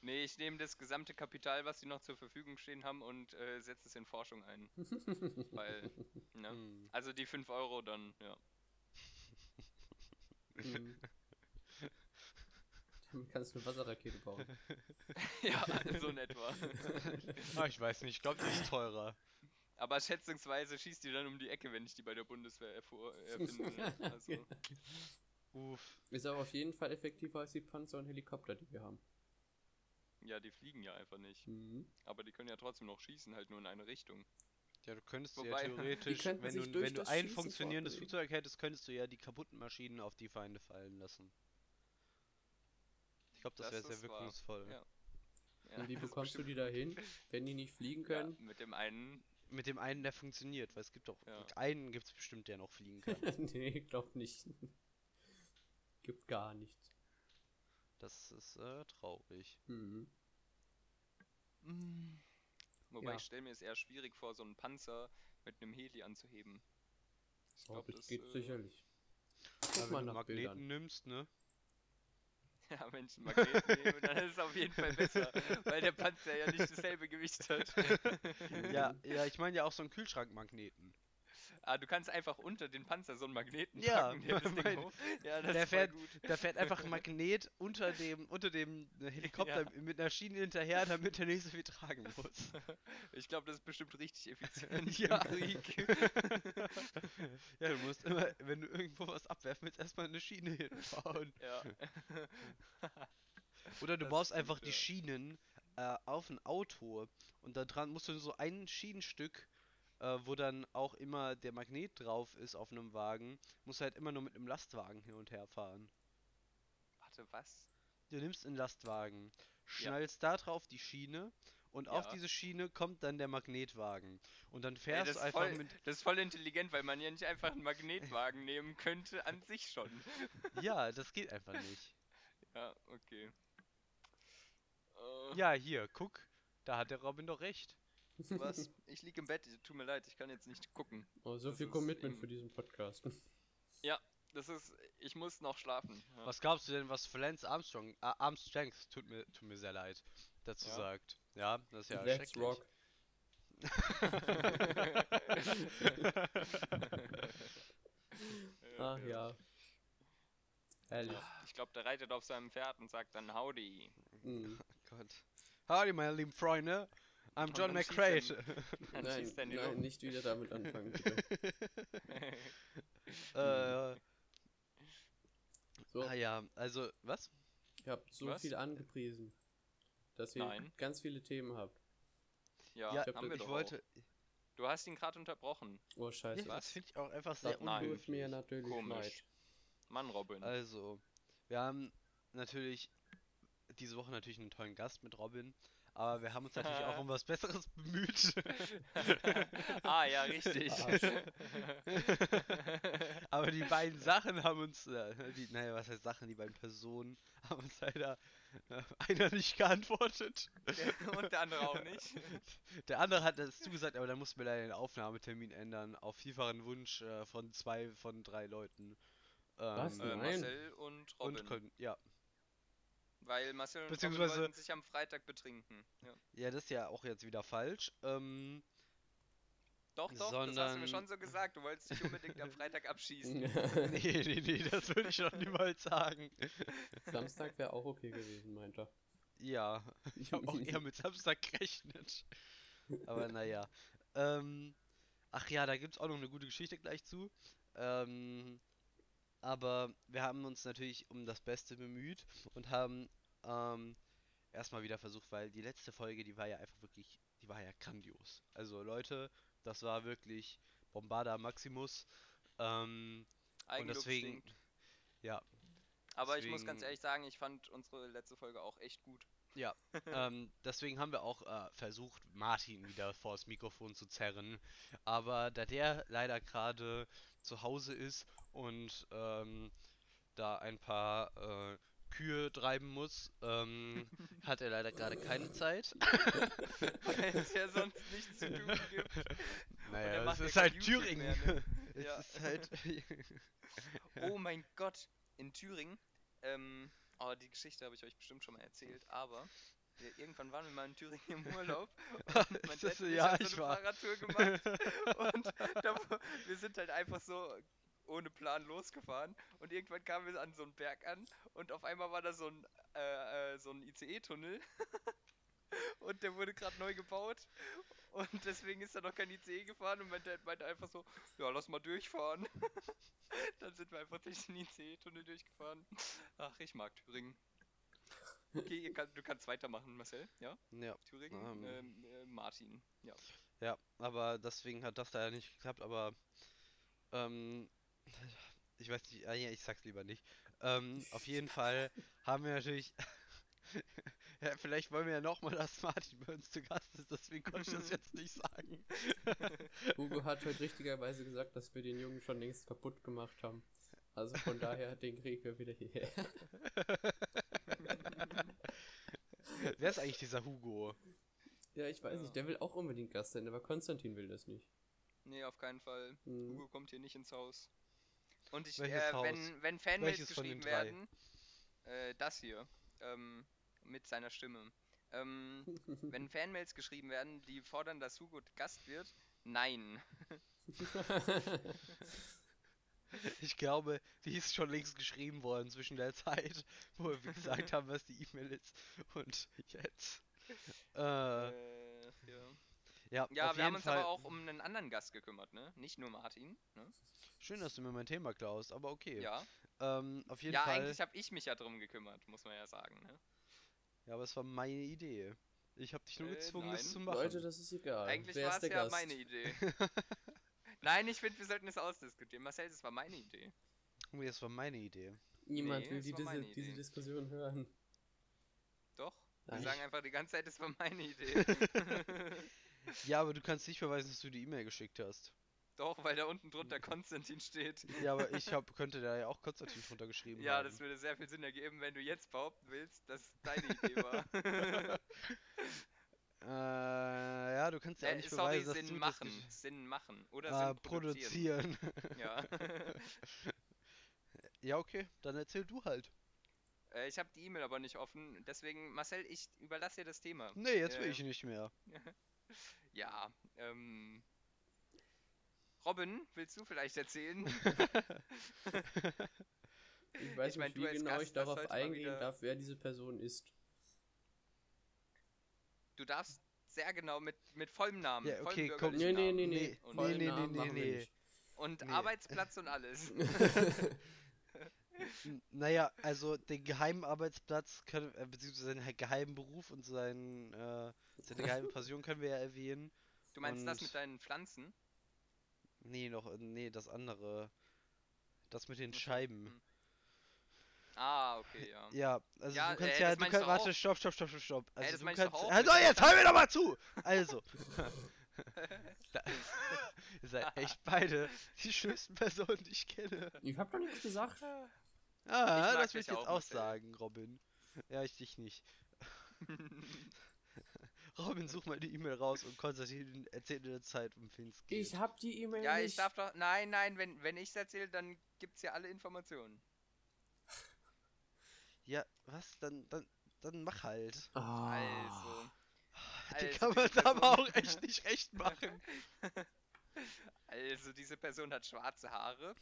S2: Nee, ich nehme das gesamte Kapital, was sie noch zur Verfügung stehen haben und äh, setze es in Forschung ein. Weil, ne?
S1: Hm.
S2: Also die 5 Euro dann, ja.
S3: Mhm. Damit kannst du eine Wasserrakete bauen.
S2: ja, so in etwa.
S1: Ah, ich weiß nicht, ich glaube, das ist teurer.
S2: Aber schätzungsweise schießt die dann um die Ecke, wenn ich die bei der Bundeswehr erfuhr, erfinde. ne? Also,
S1: Uff.
S3: Ist aber auf jeden Fall effektiver als die Panzer und Helikopter, die wir haben.
S2: ja, die fliegen ja einfach nicht.
S3: Mhm.
S2: Aber die können ja trotzdem noch schießen, halt nur in eine Richtung.
S1: Ja, du könntest ja
S2: Wobei- Die
S1: theoretisch,
S3: könnten
S1: wenn
S3: sich
S1: du,
S3: durch
S1: wenn du
S3: das
S1: ein
S3: Schießen
S1: funktionierendes
S3: fortbewegen.
S1: Flugzeug hättest, könntest du ja die kaputten Maschinen auf die Feinde fallen lassen. Ich glaube, das,
S2: Das
S1: wäre sehr
S2: ist wahr.
S1: wirkungsvoll.
S2: Ja. Ja,
S3: Und wie
S2: das ist
S3: bekommst du die
S2: bestimmt-
S3: dahin, wenn die nicht fliegen
S2: Ja,
S3: können?
S2: mit dem einen.
S1: Mit dem einen, der funktioniert, weil es gibt doch
S2: Ja.
S1: einen gibt es bestimmt, der noch fliegen kann.
S3: nee, glaub nicht. Gibt gar nicht.
S1: das ist äh, traurig.
S3: Mhm.
S2: Wobei
S3: Ja.
S2: ich stelle mir es eher schwierig vor, so einen Panzer mit einem Heli anzuheben. Ich
S3: Glaub,
S2: glaube,
S3: Oh, das
S2: das
S3: geht
S2: äh,
S3: sicherlich.
S1: Aber
S3: Guck
S1: wenn
S3: mal
S1: du
S3: nach
S1: Magneten
S3: Bildern.
S1: nimmst, ne?
S2: Ja, wenn ich einen Magneten nehme, dann ist es auf jeden Fall besser, weil der Panzer ja nicht dasselbe Gewicht hat.
S1: Ja, ja, ich meine ja auch so einen Kühlschrankmagneten.
S2: ah, du kannst einfach unter den Panzer so einen Magneten
S1: Ja,
S2: packen, der das Ding
S1: mein-
S2: hoch. Ja, das
S1: der
S2: ist voll
S1: fährt-
S2: gut.
S1: Da fährt einfach ein Magnet unter dem, unter dem Helikopter mit einer Schiene hinterher, damit der nicht so viel tragen muss.
S2: Ich glaube, das ist bestimmt richtig effizient
S1: Ja.
S2: im Krieg.
S1: ja, du musst immer, wenn du irgendwo was abwerfen willst, erstmal eine Schiene hinbauen.
S2: ja.
S1: Oder du
S2: Das
S1: baust
S2: stimmt,
S1: einfach die
S2: ja.
S1: Schienen äh, auf ein Auto und da dran musst du so ein Schienenstück, äh, wo dann auch immer der Magnet drauf ist auf einem Wagen, musst du halt immer nur mit einem Lastwagen hin und her fahren.
S2: Warte, was?
S1: Du nimmst einen Lastwagen, schnallst da drauf die Schiene und auf
S2: Ja.
S1: diese Schiene kommt dann der Magnetwagen. Und dann
S2: Ey,
S1: fährst
S2: das,
S1: du
S2: ist
S1: einfach
S2: voll,
S1: mit.
S2: das ist voll intelligent, weil man ja nicht einfach einen Magnetwagen nehmen könnte, an sich schon.
S1: Ja, das geht einfach nicht.
S2: Ja, okay. Äh,
S1: Ja, hier, guck, da hat der Robin doch recht.
S2: Was? Ich liege im Bett, tut mir leid, ich kann jetzt nicht gucken.
S3: Oh, so
S2: Das
S3: viel
S2: ist
S3: Commitment
S2: eben-
S3: für diesen Podcast.
S2: Das ist, ich muss noch schlafen. Ja.
S1: Was glaubst du denn, was Lance Armstrong, äh, Armstrong, tut mir, tut mir sehr leid, dazu
S2: Ja.
S1: sagt? Ja, das ist ja
S3: Let's
S1: schrecklich.
S3: rock.
S2: Äh,
S3: Ach Ah, ja. Herrlich.
S2: Ich glaube, der reitet auf seinem Pferd und sagt dann Howdy.
S3: Mhm.
S1: Gott. Howdy, meine lieben Freunde. I'm
S2: Und
S1: John
S2: dann schießt
S1: McRae.
S2: Dann
S3: Nein,
S2: schießt er um. in die
S3: nein,
S2: Luft.
S3: nicht wieder damit anfangen, bitte.
S1: äh,
S3: So,
S1: Ah ja, also, was?
S3: ihr habt so
S2: Was?
S3: viel angepriesen, dass ihr
S2: Nein.
S3: ganz viele Themen habt.
S2: ja,
S1: Ja,
S3: ich hab
S2: haben
S3: das-
S2: wir
S1: Ich
S2: doch
S1: wollte.
S2: Auch. Du hast ihn gerade unterbrochen.
S3: Oh,
S1: Ja,
S3: scheiße.
S1: das
S2: was?
S1: finde ich auch einfach sehr
S3: das tut mir
S1: unhöflich.
S3: natürlich leid.
S2: Komisch. Mann, Robin.
S1: Also, wir haben natürlich diese Woche natürlich einen tollen Gast mit Robin, aber wir haben uns natürlich auch um was Besseres bemüht.
S2: ah, ja, richtig.
S1: aber die beiden Sachen haben uns, äh, die, naja, was heißt Sachen, die beiden Personen haben uns leider äh, einer nicht geantwortet.
S2: Der- und der andere auch nicht. Äh,
S1: Der andere hat das zugesagt, aber dann mussten wir leider den Aufnahmetermin ändern, auf vielfachen Wunsch äh, von zwei von drei Leuten. Ähm,
S3: Was?
S2: äh,
S3: Nein.
S2: Marcel und Robin.
S1: und kon- ja,
S2: weil Marcel und
S1: Beziehungsweise-
S2: Robin wollten sich am Freitag betrinken. Ja.
S1: ja, das ist ja auch jetzt wieder falsch. Ähm,
S2: Doch, doch, das hast du
S1: Sondern-
S2: mir schon so gesagt. Du wolltest dich unbedingt am Freitag abschießen.
S1: Nee, nee, nee, das würde ich doch niemals sagen.
S3: Samstag wäre auch okay gewesen, meint er.
S1: Ja, ich habe auch eher mit Samstag gerechnet. Aber naja. Ähm, ach ja, da gibt's auch noch eine gute Geschichte gleich zu. Ähm, aber wir haben uns natürlich um das Beste bemüht und haben ähm, erstmal wieder versucht, weil die letzte Folge, die war ja einfach wirklich, die war ja grandios. Also Leute, das war wirklich Bombarda Maximus. Ähm, und
S2: Eigenlob
S1: deswegen,
S2: stinkt.
S1: ja,
S2: Aber ich muss ganz
S1: deswegen-
S2: ehrlich sagen, ich fand unsere letzte Folge auch echt gut.
S1: Ähm, deswegen haben wir auch äh, versucht, Martin wieder vors Mikrofon zu zerren. Aber da der leider gerade zu Hause ist und ähm, da ein paar äh, Kühe treiben muss, ähm, hat er leider gerade keine Zeit.
S2: Weil es ja sonst nichts zu tun gibt.
S1: Naja,
S2: er
S1: das
S2: macht ja
S1: ist
S2: kein
S1: halt
S2: YouTube
S1: Thüringen.
S2: mehr, ne?
S1: Es
S2: Ja.
S1: ist halt.
S2: Oh mein Gott, in Thüringen. Ähm, oh, die Geschichte habe ich euch bestimmt schon mal erzählt, aber wir, irgendwann waren wir mal in Thüringen im Urlaub. Und mein
S1: Ist
S2: Dad
S1: das so?
S2: und ich
S1: ja,
S2: haben
S1: ich
S2: so eine
S1: war.
S2: Fahrradtour gemacht. Und da, wo- wir sind halt einfach so ohne Plan losgefahren und irgendwann kamen wir an so einen Berg an und auf einmal war da so ein, äh, äh, so ein ICE-Tunnel und der wurde gerade neu gebaut und deswegen ist da noch kein ICE gefahren und mein Dad meinte einfach so, ja, lass mal durchfahren. Dann sind wir einfach durch den ICE-Tunnel durchgefahren. Ach, ich mag Thüringen. Okay, ihr kann, du kannst weitermachen, Marcel, ja?
S1: Ja. Ähm.
S2: Thüringen, ähm, äh, Martin, ja.
S1: Ja, aber deswegen hat das leider nicht geklappt, aber ähm, ich weiß nicht, ah, ja, ich sag's lieber nicht. Ähm, auf jeden Fall haben wir natürlich. ja, vielleicht wollen wir ja nochmal, dass Martin bei uns zu Gast ist, deswegen konnte ich das jetzt nicht sagen.
S3: Hugo hat heute richtigerweise gesagt, dass wir den Jungen schon längst kaputt gemacht haben. Also von daher, den kriegen wir wieder hierher.
S1: Wer ist eigentlich dieser Hugo?
S3: Ja, ich weiß
S2: Ja.
S3: nicht, der will auch unbedingt Gast sein, aber Konstantin will das nicht.
S2: Nee, auf keinen Fall.
S3: Hm.
S2: Hugo kommt hier nicht ins Haus. Und ich,
S1: Welches
S2: äh,
S1: Haus?
S2: wenn, wenn Fanmails
S1: Welches von den
S2: geschrieben
S1: drei?
S2: werden, äh, das hier, ähm, mit seiner Stimme. Ähm, wenn Fanmails geschrieben werden, die fordern, dass Hugo Gast wird, nein.
S1: Ich glaube, die ist schon längst geschrieben worden zwischen der Zeit, wo wir gesagt haben, was die E-Mail ist, und jetzt. Äh,
S2: Äh, ja,
S1: ja,
S2: ja
S1: auf
S2: wir haben
S1: jeden
S2: uns
S1: Fall.
S2: aber auch um einen anderen Gast gekümmert, ne? Nicht nur Martin, ne?
S1: Schön, dass du mir mein Thema klaust, aber okay.
S2: Ja.
S1: Ähm, auf jeden
S2: Ja,
S1: Fall.
S2: eigentlich habe ich mich ja drum gekümmert, muss man ja sagen, ne?
S1: Ja, aber es war meine Idee. Ich habe dich nur
S2: Äh,
S1: gezwungen, das
S2: nein.
S1: zu machen.
S3: Leute, das ist
S1: Äh,
S3: egal.
S2: Eigentlich
S3: Wer
S2: war
S3: ist
S2: es
S3: der
S2: ja
S3: Gast?
S2: meine Idee. Nein, ich finde, wir sollten es ausdiskutieren. Marcel, das war meine Idee.
S1: Nee, das Oh, war meine Idee.
S3: Niemand
S2: Nee,
S3: will
S2: es
S3: die,
S2: war meine
S3: diese, diese
S2: Idee.
S3: Diskussion hören.
S2: Doch. Wir
S3: Nein.
S2: sagen einfach die ganze Zeit, das war meine Idee.
S1: Ja, aber du kannst nicht verweisen, dass du die E-Mail geschickt hast.
S2: Doch, weil da unten drunter Konstantin steht.
S1: Ja, aber ich hab, könnte da ja auch Konstantin drunter geschrieben
S2: Ja,
S1: haben.
S2: das würde sehr viel Sinn ergeben, wenn du jetzt behaupten willst, dass es deine Idee war.
S1: Äh, ja, du kannst ja auch
S2: äh,
S1: nicht
S2: sorry,
S1: beweisen, dass
S2: Sinn
S1: du
S2: machen.
S1: das gesch-
S2: Sinn machen. Oder
S1: äh,
S2: Sinn produzieren.
S1: produzieren.
S2: Ja.
S1: ja, okay, dann erzähl du halt.
S2: äh, ich habe die E-Mail aber nicht offen. Deswegen, Marcel, ich überlasse dir das Thema.
S1: Nee, jetzt will
S2: Äh,
S1: ich nicht mehr.
S2: Ja, ähm. Robin, willst du vielleicht erzählen?
S3: Ich weiß
S2: Ich mein,
S3: nicht,
S2: du
S3: wie
S2: als
S3: genau
S2: Gast,
S3: ich
S2: das
S3: darauf
S2: sollte man
S3: eingehen
S2: wieder-
S3: darf, wer diese Person ist.
S2: Du darfst sehr genau mit, mit vollem Namen.
S1: Ja,
S2: vollem
S1: okay, komm.
S2: bürgerlichen
S3: Nee, nee, nee,
S2: Namen.
S3: nee.
S1: Nee,
S3: vollen
S2: genau- nee, nee,
S3: Namen
S1: nee,
S3: machen wir
S1: nee.
S3: nicht.
S2: Und
S1: nee.
S2: Arbeitsplatz und alles.
S1: N- Naja, also den geheimen Arbeitsplatz, können, äh, beziehungsweise seinen geheimen Beruf und seinen, äh, seine geheime Passion können wir ja erwähnen.
S2: Du meinst das mit
S1: Und-
S2: deinen Pflanzen?
S1: Nee, noch, äh, nee, das andere. Das mit den
S2: Okay,
S1: Scheiben.
S2: hm. Ah, okay, ja.
S1: Ja, also
S2: Ja,
S1: du kannst
S2: äh,
S1: ja,
S2: das
S1: du
S2: meinst
S1: kannst,
S2: du
S1: warte,
S2: auch. Äh,
S1: stopp, stopp, stopp, stopp, stopp. Also
S2: das
S1: du
S2: meinst du
S1: kannst,
S2: auch
S1: also
S2: mit-
S1: jetzt, hör mir doch mal zu! Also. da, ihr seid echt beide die schönsten Personen, die ich kenne.
S3: Ich hab doch nichts gesagt.
S1: Ah,
S2: mag
S1: das
S2: dich
S1: will ich jetzt
S2: auch,
S1: auch
S2: Marcel.
S1: sagen, Robin. Ja, ich dich nicht. Robin, such mal die E-Mail raus und Konstantin erzählt in der Zeit, um wen es geht.
S3: Ich hab die E-Mail
S2: ja,
S3: nicht.
S2: ich darf doch. Nein, nein, wenn, wenn ich es erzähle, dann gibt's ja alle Informationen.
S1: Ja, was? Dann, dann, dann mach halt.
S3: Ah.
S2: Also.
S1: Die
S2: Also,
S1: kann man
S2: diese
S1: aber
S2: Person-
S1: auch echt nicht recht machen.
S2: Also, diese Person hat schwarze Haare,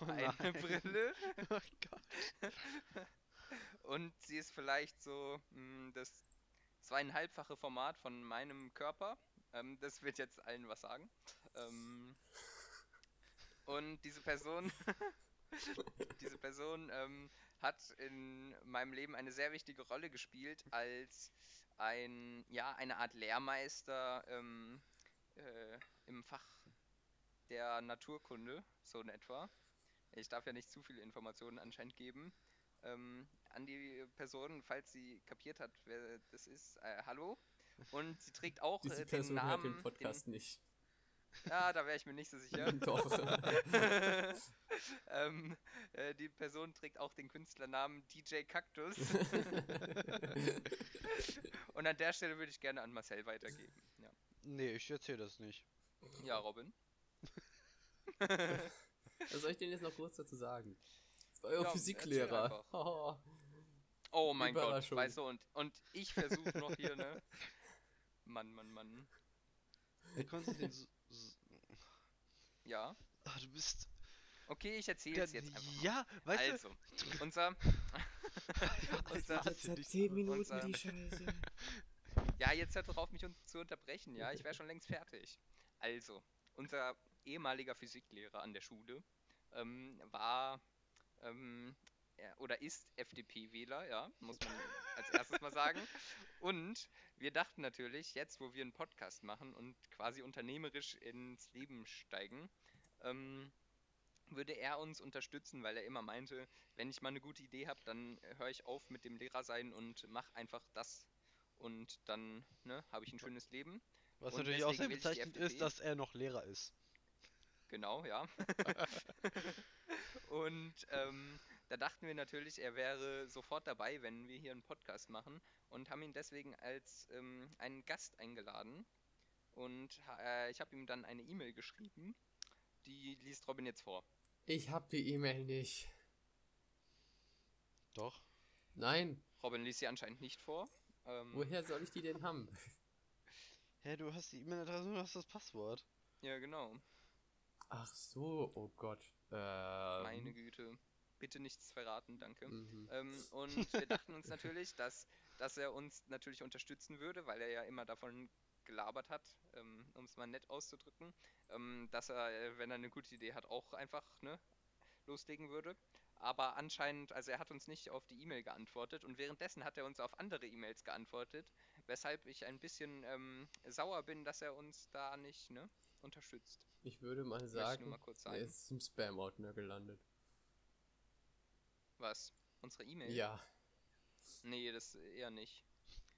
S1: Oh
S2: eine
S1: nein.
S2: Brille
S1: Oh Gott.
S2: und sie ist vielleicht so mh, das zweieinhalbfache Format von meinem Körper. Ähm, das wird jetzt allen was sagen. Ähm, und diese Person, diese Person ähm, hat in meinem Leben eine sehr wichtige Rolle gespielt als ein, ja, eine Art Lehrmeister ähm, äh, im Fach der Naturkunde, so in etwa. Ich darf ja nicht zu viele Informationen anscheinend geben. Ähm, an die Person, falls sie kapiert hat, wer das ist, äh, hallo. Und sie trägt auch
S3: Diese
S2: äh, den
S3: Person
S2: Namen.
S3: hört den Podcast nicht.
S2: Ja, da wäre ich mir nicht so sicher.
S3: Doch.
S2: ähm, äh, die Person trägt auch den Künstlernamen DJ Cactus. Und an der Stelle würde ich gerne an Marcel weitergeben. Ja,
S1: Nee, ich erzähle das nicht.
S2: ja Robin.
S3: Was soll ich denn jetzt noch kurz dazu sagen? Das war euer
S2: Ja,
S3: Physiklehrer.
S2: erzähl
S3: Haha.
S2: Oh mein Gott,
S3: Überraschung.
S2: weißt du, und, und ich versuche noch hier, ne? Mann, Mann, Mann.
S1: Ey, Konstantin, so, so,
S2: Ja.
S1: ah, du bist.
S2: Okay, ich erzähle
S1: Der,
S2: es jetzt einfach.
S1: ja, weißt du,
S2: also, unser. unser
S1: Alter, seit
S3: zehn
S2: Minuten unser- die
S3: Scheiße.
S2: Ja, jetzt hört doch auf, mich un zu unterbrechen, ja? Ich wäre schon längst fertig. Also, unser ehemaliger Physiklehrer an der Schule ähm, war ähm, er- oder ist FDP-Wähler, ja, muss man als erstes mal sagen. Und wir dachten natürlich, jetzt wo wir einen Podcast machen und quasi unternehmerisch ins Leben steigen, ähm, würde er uns unterstützen, weil er immer meinte, wenn ich mal eine gute Idee habe, dann höre ich auf mit dem Lehrer sein und mach einfach das. Und dann ne, habe ich ein schönes Leben.
S1: Was
S2: Und
S1: natürlich auch sehr
S2: deswegen will ich die
S1: bezeichnend ist,
S2: FDP.
S1: dass er noch Lehrer ist.
S2: Genau, ja. und ähm, da dachten wir natürlich, er wäre sofort dabei, wenn wir hier einen Podcast machen und haben ihn deswegen als ähm, einen Gast eingeladen. Und ha- äh, ich habe ihm dann eine E-Mail geschrieben, die liest Robin jetzt vor.
S3: Ich hab die E-Mail nicht.
S1: Doch.
S3: Nein,
S2: Robin liest sie anscheinend nicht vor. Ähm,
S3: woher soll ich die denn haben?
S1: Hä, du hast die E-Mail-Adresse und du hast das Passwort.
S2: Ja, genau.
S3: Ach so, oh Gott. Ähm,
S2: Meine Güte. Bitte nichts verraten, danke.
S3: mhm.
S2: Ähm, und wir dachten uns natürlich, dass, dass er uns natürlich unterstützen würde, weil er ja immer davon gelabert hat, ähm, um es mal nett auszudrücken, ähm, dass er, äh, wenn er eine gute Idee hat, auch einfach ne, loslegen würde. Aber anscheinend, also er hat uns nicht auf die E-Mail geantwortet und währenddessen hat er uns auf andere E-Mails geantwortet, weshalb ich ein bisschen ähm, sauer bin, dass er uns da nicht ne, unterstützt.
S3: Ich würde mal
S2: Möchte ich nur
S3: sagen,
S2: mal kurz
S3: er
S2: sagen.
S3: ist im Spam-Ordner gelandet.
S2: Was? Unsere E-Mail?
S3: Ja,
S2: Nee, das eher nicht.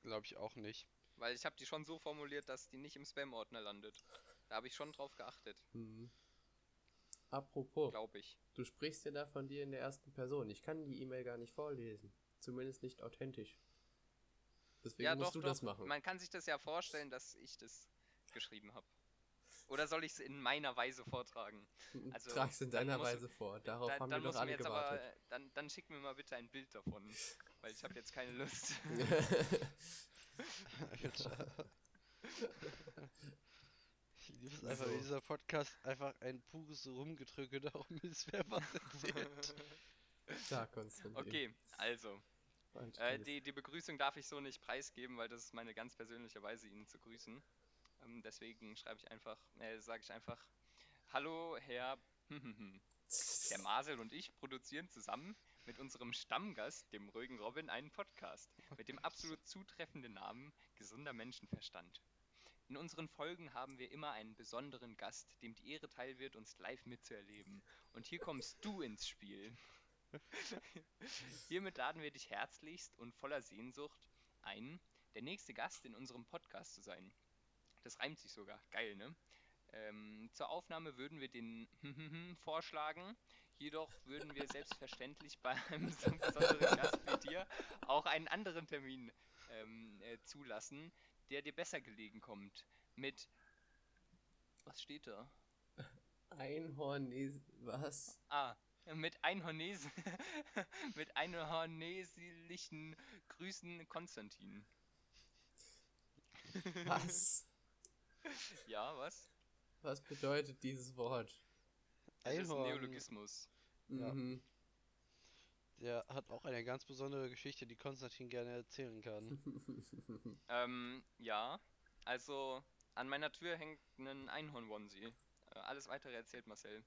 S1: Glaube ich auch nicht.
S2: Weil ich habe die schon so formuliert, dass die nicht im Spam-Ordner landet. Da habe ich schon drauf geachtet,
S3: mhm. Apropos,
S2: glaube ich.
S3: du sprichst ja da von dir in der ersten Person. Ich kann die E-Mail gar nicht vorlesen. Zumindest nicht authentisch. Deswegen musst du das machen.
S2: Man kann sich das ja vorstellen, dass ich das geschrieben habe. Oder soll ich es in meiner Weise vortragen? also,
S3: Trag's in
S2: dann
S3: deiner
S2: muss-
S3: Weise vor. Darauf
S2: Da,
S3: haben
S2: dann
S3: wir
S2: muss
S3: doch
S2: mir
S3: alle
S2: jetzt
S3: gewartet.
S2: aber, äh, dann, dann schick mir mal bitte ein Bild davon, weil ich habe jetzt keine Lust.
S1: Ich liebe es einfach,
S3: So.
S1: wie dieser Podcast einfach ein pures Rumgedrücke darum ist, wer was erzählt.
S3: da, Konstantin.
S2: äh, okay, also
S3: Und
S2: äh,
S3: dieses-
S2: die, die Begrüßung darf ich so nicht preisgeben, weil das ist meine ganz persönliche Weise, ihn zu grüßen. Ähm, deswegen schreibe ich einfach, äh, sage ich einfach, hallo Herr. Hm, Der Marcel und ich produzieren zusammen mit unserem Stammgast, dem ruhigen Robin, einen Podcast mit dem absolut zutreffenden Namen Gesunder Menschenverstand. In unseren Folgen haben wir immer einen besonderen Gast, dem die Ehre teil wird, uns live mitzuerleben. Und hier kommst du ins Spiel. Hiermit laden wir dich herzlichst und voller Sehnsucht ein, der nächste Gast in unserem Podcast zu sein. Das reimt sich sogar. Geil, ne? Ähm, zur Aufnahme würden wir den vorschlagen. Jedoch würden wir selbstverständlich bei einem so besonderen Gast wie dir auch einen anderen Termin ähm, äh, zulassen, der dir besser gelegen kommt. Mit. Was steht da?
S3: Einhorn, is- was?
S2: Ah, mit Einhornes mit einhornesischen Grüßen Konstantin.
S3: Was?
S2: Ja, was?
S3: Was bedeutet dieses Wort?
S2: Das ist ein
S1: Einhorn.
S2: Neologismus.
S1: Ja.
S3: Mhm.
S1: Der hat auch eine ganz besondere Geschichte, die Konstantin gerne erzählen kann.
S3: Hm.
S2: Ähm, ja. Also, an meiner Tür hängt ein Einhorn-Onesie. Äh, Alles weitere erzählt Marcel.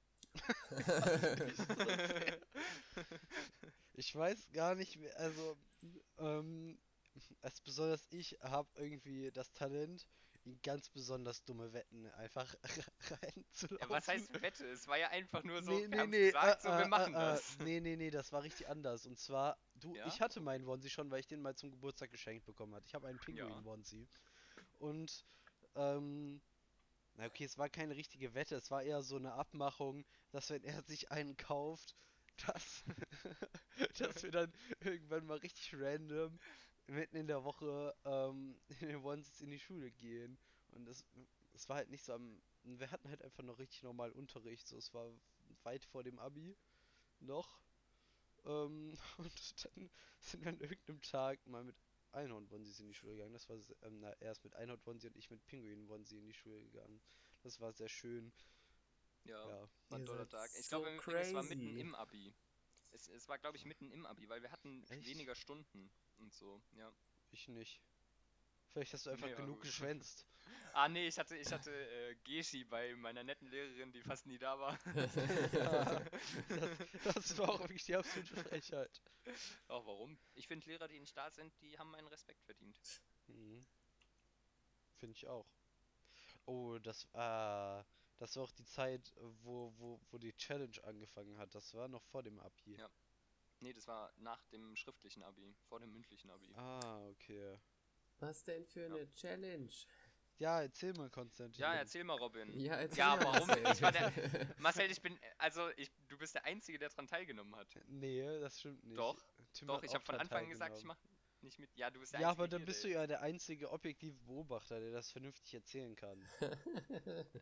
S1: Ich weiß gar nicht, wer- also, ähm, als besonders ich habe irgendwie das Talent, in ganz besonders dumme Wetten einfach
S2: Ja,
S1: reinzulaufen.
S2: was heißt Wette? Es war ja einfach nur so,
S1: nee,
S2: wir
S1: nee,
S2: haben's
S1: nee,
S2: gesagt,
S1: äh,
S2: so, wir
S1: äh,
S2: machen
S1: äh,
S2: das.
S1: nee, nee, nee, das war richtig anders. Und zwar, du,
S2: Ja?
S1: ich hatte meinen Wonsi schon, weil ich den mal zum Geburtstag geschenkt bekommen hatte. Ich habe einen
S2: Ja.
S1: Pinguin-Wonsi. Und, ähm, na okay, es war keine richtige Wette, es war eher so eine Abmachung, dass wenn er sich einen kauft, dass, dass wir dann irgendwann mal richtig random mitten in der Woche ähm, in den Onesies in die Schule gehen. Und das, es war halt nicht so am. Wir hatten halt einfach noch richtig normal Unterricht, so es war weit vor dem Abi noch. Ähm, und dann sind wir an irgendeinem Tag mal mit Einhorn-Wonsis in die Schule gegangen. Das war, se- ähm, na, erst mit Einhorn-Wonsi und ich mit Pinguin-Wonsi in die Schule gegangen. Das war sehr schön.
S2: Ja,
S1: Ja.
S2: war ein
S3: Ihr
S2: toller
S3: seid
S2: Tag. Ich
S3: so
S2: glaube, im Übrigen, es war mitten
S3: crazy.
S2: im Abi. Es, es war, glaube ich, mitten im Abi, weil wir hatten
S1: Echt?
S2: weniger Stunden und so, ja.
S1: Ich nicht. Vielleicht hast du einfach
S2: Ja,
S1: genug
S2: gut.
S1: geschwänzt.
S2: Ah, nee, ich hatte, ich hatte äh, Geschi bei meiner netten Lehrerin, die fast nie da war.
S1: Ja, das, Das war auch wirklich die absolute Frechheit.
S2: Auch warum? Ich finde Lehrer, die in Staat sind, die haben meinen Respekt verdient.
S1: Mhm. Finde ich auch. Oh, das, ah, das war auch die Zeit, wo, wo, wo die Challenge angefangen hat. Das war noch vor dem Abi.
S2: Ja. Nee, das war nach dem schriftlichen Abi, vor dem mündlichen Abi.
S1: Ah, okay.
S3: Was denn für eine Challenge?
S1: Ja, erzähl mal, Konstantin.
S2: Ja, erzähl mal, Robin.
S3: Ja, erzähl
S2: Ja,
S3: mal,
S2: warum?
S3: Marcel.
S2: Ich war der- Marcel, ich bin, also ich, du bist der Einzige, der daran teilgenommen hat.
S1: Nee, das stimmt nicht.
S2: Doch,
S1: Tim
S2: Doch,
S1: hat
S2: ich
S1: auch
S2: habe von
S1: dran
S2: Anfang an gesagt, ich
S1: teilgenommen.
S2: mache nicht mit. Ja, du bist der
S1: Ja,
S2: Einzige
S1: aber dann
S2: hier,
S1: bist du
S2: der-
S1: ja der einzige objektive Beobachter, der das vernünftig erzählen kann.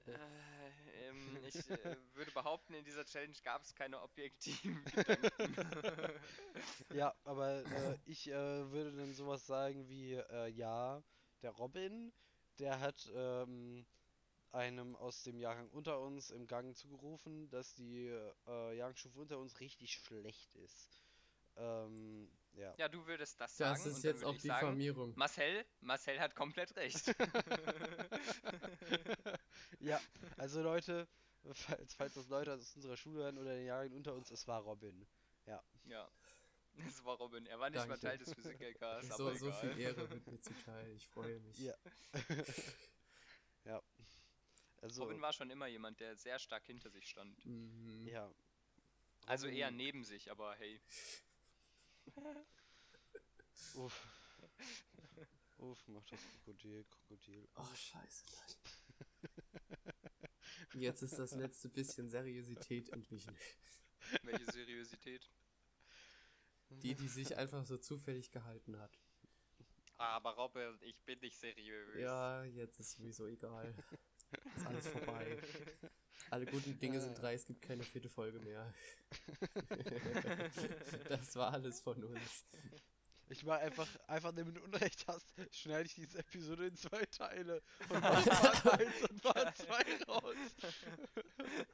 S2: Äh, ähm, ich äh, würde behaupten, in dieser Challenge gab es keine objektiven Gedanken.
S1: Ja, aber äh, ich äh, würde dann sowas sagen wie, äh, ja, der Robin, der hat ähm, einem aus dem Jahrgang unter uns im Gang zugerufen, dass die äh, Jahrgangsstufe unter uns richtig schlecht ist. Ähm, ja.
S2: ja, du würdest das sagen.
S3: Das ist
S2: und dann
S3: jetzt
S2: würde
S3: auch
S2: ich sagen,
S3: Diffamierung.
S2: Marcel, Marcel hat komplett recht.
S1: Ja, also Leute, falls, falls das Leute aus unserer Schule hören oder den Jahrgang unter uns, es war Robin.
S2: ja. Das war Robin. Er war nicht mal
S3: Danke.
S2: Teil des Physik-LKs, aber
S3: So,
S2: egal.
S3: so viel Ehre wird mir zuteil. Ich freue mich.
S1: Ja. Ja. Also,
S2: Robin war schon immer jemand, der sehr stark hinter sich stand.
S3: Mhm.
S1: ja.
S2: Also eher
S1: Robin-
S2: neben sich, aber hey.
S1: Uff. Uff, macht das Krokodil, Krokodil.
S3: Oh, scheiße, nein. Jetzt ist das letzte bisschen Seriosität entwichen.
S2: Welche Seriosität.
S3: Die, die sich einfach so zufällig gehalten hat.
S2: Aber Robin, ich bin nicht seriös.
S3: Ja, jetzt ist sowieso egal. Ist alles vorbei. Alle guten Dinge sind drei, es gibt keine vierte Folge mehr. das war alles von uns.
S1: Ich mach einfach, einfach wenn du Unrecht hast, schneide ich diese Episode in zwei Teile und mach Part 1 und Part 2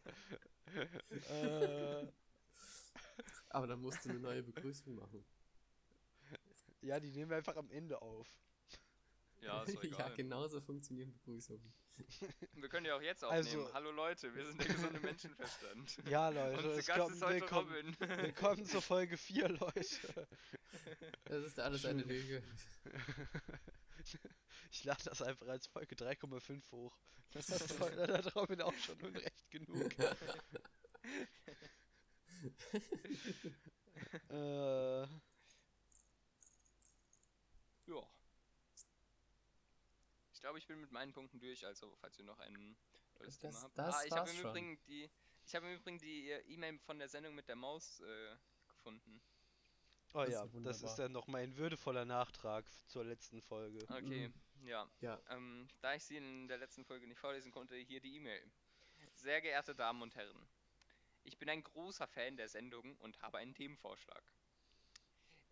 S1: raus. äh,
S3: Aber dann musst du eine neue Begrüßung machen.
S1: ja, die nehmen wir einfach am Ende auf.
S2: Ja, ist doch
S3: ja
S2: egal.
S3: genauso funktionieren Begrüßungen.
S2: wir können ja auch jetzt aufnehmen.
S1: Also-
S2: Hallo Leute, wir sind der gesunde Menschenverstand.
S1: Ja,
S2: Und
S1: Leute,
S2: zu
S1: es
S2: Gast ist
S1: kommt,
S2: heute
S1: willkommen,
S2: Robin.
S1: willkommen zur Folge 4, Leute.
S3: Das ist alles eine Lüge.
S1: Ich lade das einfach als Folge 3,5 hoch. Das hat Leute da Robin auch schon unrecht genug. äh,
S2: ja. Ich glaube, ich bin mit meinen Punkten durch, also falls ihr noch einen tolles
S3: Das-
S2: Thema habt.
S3: das
S2: ah, ich habe
S3: war's
S2: im
S3: schon.
S2: Übrigen die ich habe im Übrigen die äh, E-Mail von der Sendung mit der Maus äh, gefunden.
S1: oh
S3: Das ist
S1: ja, das
S3: wunderbar.
S1: ist dann nochmal ein würdevoller Nachtrag f- zur letzten Folge.
S2: Okay,
S3: Mhm.
S2: ja.
S3: Ja,
S2: Ähm, da ich sie in der letzten Folge nicht vorlesen konnte, hier die E-Mail. Sehr geehrte Damen und Herren, ich bin ein großer Fan der Sendung und habe einen Themenvorschlag.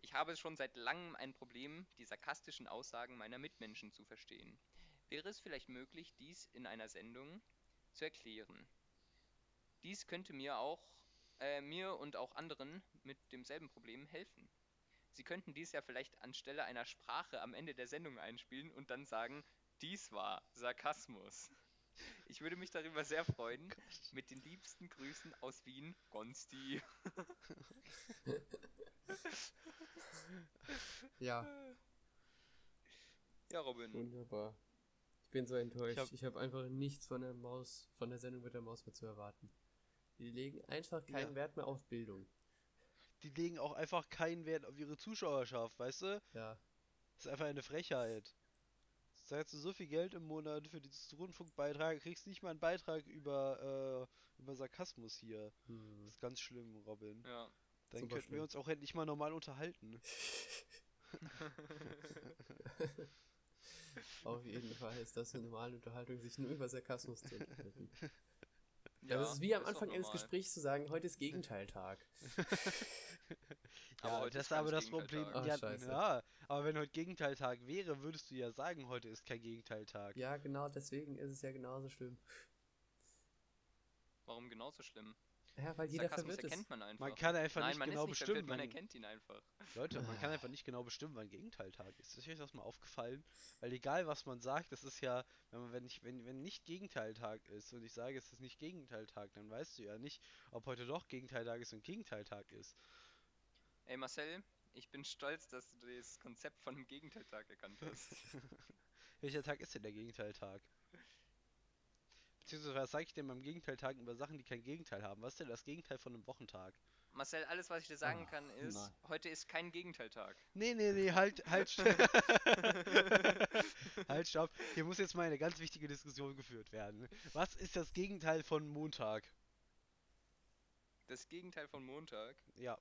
S2: Ich habe schon seit langem ein Problem, die sarkastischen Aussagen meiner Mitmenschen zu verstehen. Wäre es vielleicht möglich, dies in einer Sendung zu erklären? Dies könnte mir auch, äh, mir und auch anderen mit demselben Problem helfen. Sie könnten dies ja vielleicht anstelle einer Sprache am Ende der Sendung einspielen und dann sagen, dies war Sarkasmus. Ich würde mich darüber sehr freuen. Mit den liebsten Grüßen aus Wien, Gonsti.
S3: ja,
S2: Ja, Robin.
S3: wunderbar. Ich bin so enttäuscht.
S1: Ich hab-
S3: Ich habe einfach nichts von der Maus, von der Sendung mit der Maus mehr zu erwarten. Die legen einfach keinen
S1: Ja.
S3: Wert mehr auf Bildung.
S1: Die legen auch einfach keinen Wert auf ihre Zuschauerschaft, weißt du?
S3: Ja,
S1: Das ist einfach eine Frechheit. Zahlst du so viel Geld im Monat für dieses Rundfunkbeitrag, kriegst nicht mal einen Beitrag über, äh, über Sarkasmus hier.
S3: hm.
S1: Das ist ganz schlimm, Robin.
S2: Ja.
S1: Dann könnten
S3: Super
S1: wir
S3: schlimm.
S1: uns auch endlich mal normal unterhalten.
S3: auf jeden Fall ist das eine normale Unterhaltung, sich nur über Sarkasmus zu unterhalten.
S2: ja,
S3: das ist wie am
S2: doch
S3: Anfang eines
S2: normal.
S3: Gesprächs zu sagen, heute ist Gegenteiltag.
S2: Aber
S1: ja,
S2: heute
S1: das
S2: ist
S1: ist aber
S2: ganz
S1: das Problem.
S2: Gegenteiltag.
S3: Ah,
S1: ja,
S3: scheiße.
S1: ja, aber wenn heute Gegenteiltag wäre, würdest du ja sagen, heute ist kein Gegenteiltag.
S3: Ja, genau, deswegen ist es ja genauso schlimm.
S2: Warum genauso schlimm?
S3: Ja, weil jeder
S2: Sarkasmus
S3: verwirrt ist.
S2: erkennt man einfach.
S1: Man kann einfach
S2: Nein,
S1: nicht
S2: man
S1: genau
S2: ist nicht
S1: bestimmen.
S2: verwirrt, man
S1: wann-
S2: erkennt ihn einfach.
S1: Leute, man
S3: Ah.
S1: kann einfach nicht genau bestimmen, wann Gegenteiltag ist. Ist euch das mal aufgefallen? Weil egal, was man sagt, das ist ja, wenn man, wenn ich, wenn, wenn nicht Gegenteiltag ist und ich sage, es ist nicht Gegenteiltag, dann weißt du ja nicht, ob heute doch Gegenteiltag ist und Gegenteiltag ist.
S2: Ey Marcel, ich bin stolz, dass du das Konzept von einem Gegenteiltag erkannt hast.
S1: Welcher Tag ist denn der Gegenteiltag? Beziehungsweise, was sage ich denn beim Gegenteiltag über Sachen, die kein Gegenteil haben? Was ist denn das Gegenteil von einem Wochentag?
S2: Marcel, alles was ich dir sagen
S3: Ah,
S2: kann ist,
S3: nein.
S2: heute ist kein Gegenteiltag.
S1: Nee, nee, nee, halt, halt, stopp. halt, stopp. Hier muss jetzt mal eine ganz wichtige Diskussion geführt werden. Was ist das Gegenteil von Montag?
S2: Das Gegenteil von Montag.
S1: Ja,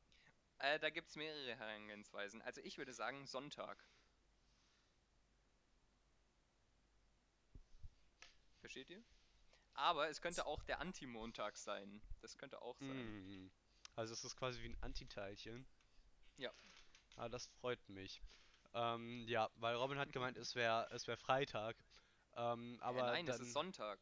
S2: Äh, da gibt's mehrere Herangehensweisen. Also ich würde sagen Sonntag. Versteht ihr? Aber es könnte auch der Antimontag sein. Das könnte auch sein. Äh,
S1: Mm. Also es ist quasi wie ein Antiteilchen.
S2: Ja.
S1: Ah, das freut mich. Ähm, ja, weil Robin hat gemeint, es wäre es wär Freitag. Ähm,
S2: Äh,
S1: aber
S2: nein,
S1: dann...
S2: das ist Sonntag.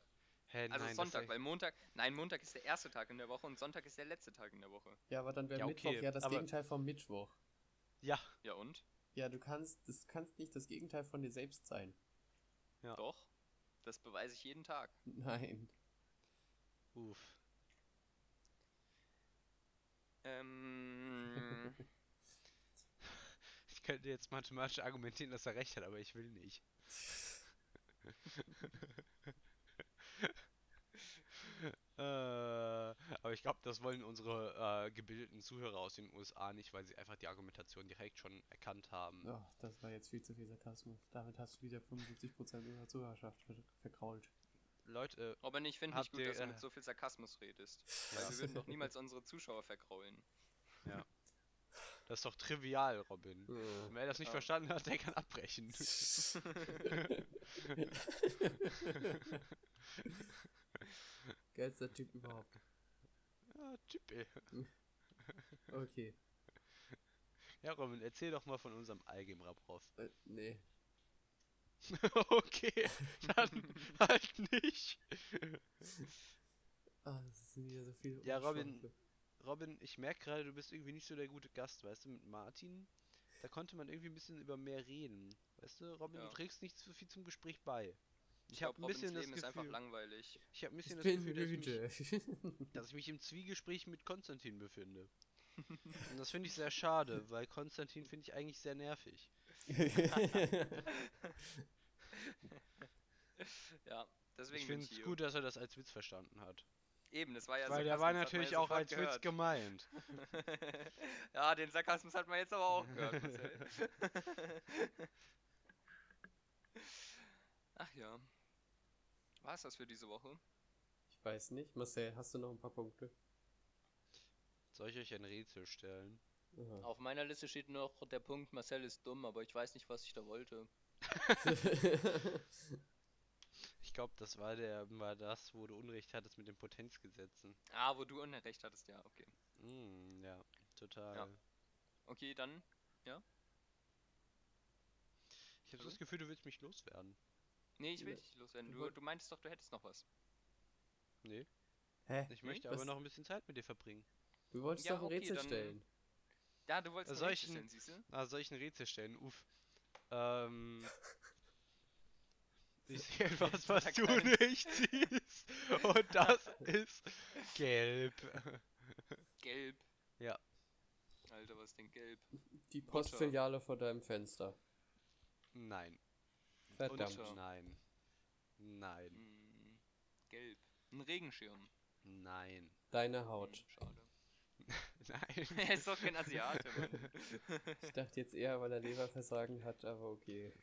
S1: Hä,
S2: Also
S1: nein, das
S2: Sonntag,
S1: wär-
S2: weil Montag. Nein, Montag ist der erste Tag in der Woche und Sonntag ist der letzte Tag in der Woche.
S3: Ja, aber dann wäre
S1: Ja,
S3: Mittwoch
S1: okay,
S3: ja das
S1: aber-
S3: Gegenteil vom Mittwoch.
S1: Ja,
S2: Ja und?
S3: Ja, du kannst, das kannst nicht das Gegenteil von dir selbst sein.
S1: Ja.
S2: Doch. Das beweise ich jeden Tag.
S3: Nein.
S1: uff.
S2: Ähm,
S1: Ich könnte jetzt mathematisch argumentieren, dass er recht hat, aber ich will nicht. äh, aber ich glaube, das wollen unsere äh, gebildeten Zuhörer aus den USA nicht, weil sie einfach die Argumentation direkt schon erkannt haben.
S3: Oh, das war jetzt viel zu viel Sarkasmus. Damit hast du wieder 75% unserer Zuhörerschaft ver verkrault.
S1: Leute,
S2: Robin, ich finde
S1: Habt
S2: nicht gut,
S1: ihr,
S2: dass du
S1: äh,
S2: mit so viel Sarkasmus redest.
S1: Ja.
S2: Weil wir würden doch niemals unsere Zuschauer vergraulen.
S1: das ist doch trivial, Robin. Wer das nicht
S2: Ja.
S1: verstanden hat, der kann abbrechen.
S3: Geilster Typ überhaupt.
S1: ah, typ, ey.
S3: Okay.
S1: Ja, Robin, erzähl doch mal von unserem Algebra-Prof.
S3: Äh, nee.
S1: okay, dann halt nicht.
S3: Ah, das sind wieder so viele.
S1: Ja, Robin,
S3: Umschweife.
S1: Robin, ich merke gerade, du bist irgendwie nicht so der gute Gast, weißt du, mit Martin. Da konnte man irgendwie ein bisschen über mehr reden. Weißt du, Robin,
S2: Ja.
S1: du trägst nicht so viel zum Gespräch bei. Ich,
S2: glaub,
S1: habe ein bisschen
S2: Robins
S1: das
S2: Leben ist einfach
S1: Gefühl,
S2: langweilig.
S1: ich habe ein bisschen das
S3: Ich bin
S1: Gefühl, dass ich, mich,
S3: müde.
S1: dass ich mich im Zwiegespräch mit Konstantin befinde. Und das finde ich sehr schade, weil Konstantin finde ich eigentlich sehr nervig.
S2: Ja, deswegen
S1: Ich
S2: bin
S1: finde
S2: ich
S1: es
S2: hier.
S1: gut, dass er das als Witz verstanden hat.
S2: Eben, das war ja
S1: weil der war
S2: Sarkasmus,
S1: natürlich
S2: hat
S1: auch
S2: man
S1: als
S2: ja
S1: Witz gemeint.
S2: sofort gehört. ja, den Sarkasmus hat man jetzt aber auch gehört. Marcel. Ach ja. War es das für diese Woche?
S3: ich weiß nicht. Marcel, hast du noch ein paar Punkte?
S1: Soll ich euch ein Rätsel stellen?
S3: Ah.
S2: Auf meiner Liste steht noch der Punkt, Marcel ist dumm, aber ich weiß nicht, was ich da wollte.
S1: Ich glaube, das war der war das, wo du Unrecht hattest mit den Potenzgesetzen.
S2: Ah, wo du Unrecht hattest, ja, okay.
S1: Mm, ja, total.
S2: Okay, dann
S1: Ich
S2: Mhm.
S1: habe das Gefühl, du willst mich loswerden.
S2: Nee, ich will
S3: Ja.
S2: dich nicht loswerden.
S3: Wir
S2: Du,
S3: wollten-
S2: du meintest doch, du hättest noch was.
S1: Nee,
S3: Hä?
S2: Hm?
S1: ich möchte
S3: Was-
S1: aber noch ein bisschen Zeit mit dir verbringen.
S3: Du wolltest
S2: Ja,
S3: doch ein
S2: okay,
S3: Rätsel
S2: dann-
S1: äh,
S3: stellen.
S2: Ja, du wolltest
S1: Soll
S2: noch
S1: ich
S2: stellen,
S1: n-
S2: siehst du?
S1: Ah, soll ich ein Rätsel stellen? Uff. Ähm. Ich sehe etwas, was
S2: hat
S1: du
S2: keinen-
S1: nicht siehst. Und das ist gelb.
S2: Gelb.
S1: Ja.
S2: Alter, was denn gelb?
S3: Die Postfiliale vor deinem Fenster.
S1: Nein.
S3: Verdammt.
S2: Butter.
S1: Nein. Nein.
S2: Hm, gelb. Ein Regenschirm.
S1: Nein.
S3: Deine
S2: Hm,
S3: Haut.
S2: schade.
S1: Nein.
S2: er ist doch kein Asiate, Mann.
S3: Ich dachte jetzt eher, weil er Leberversagen hat, aber okay.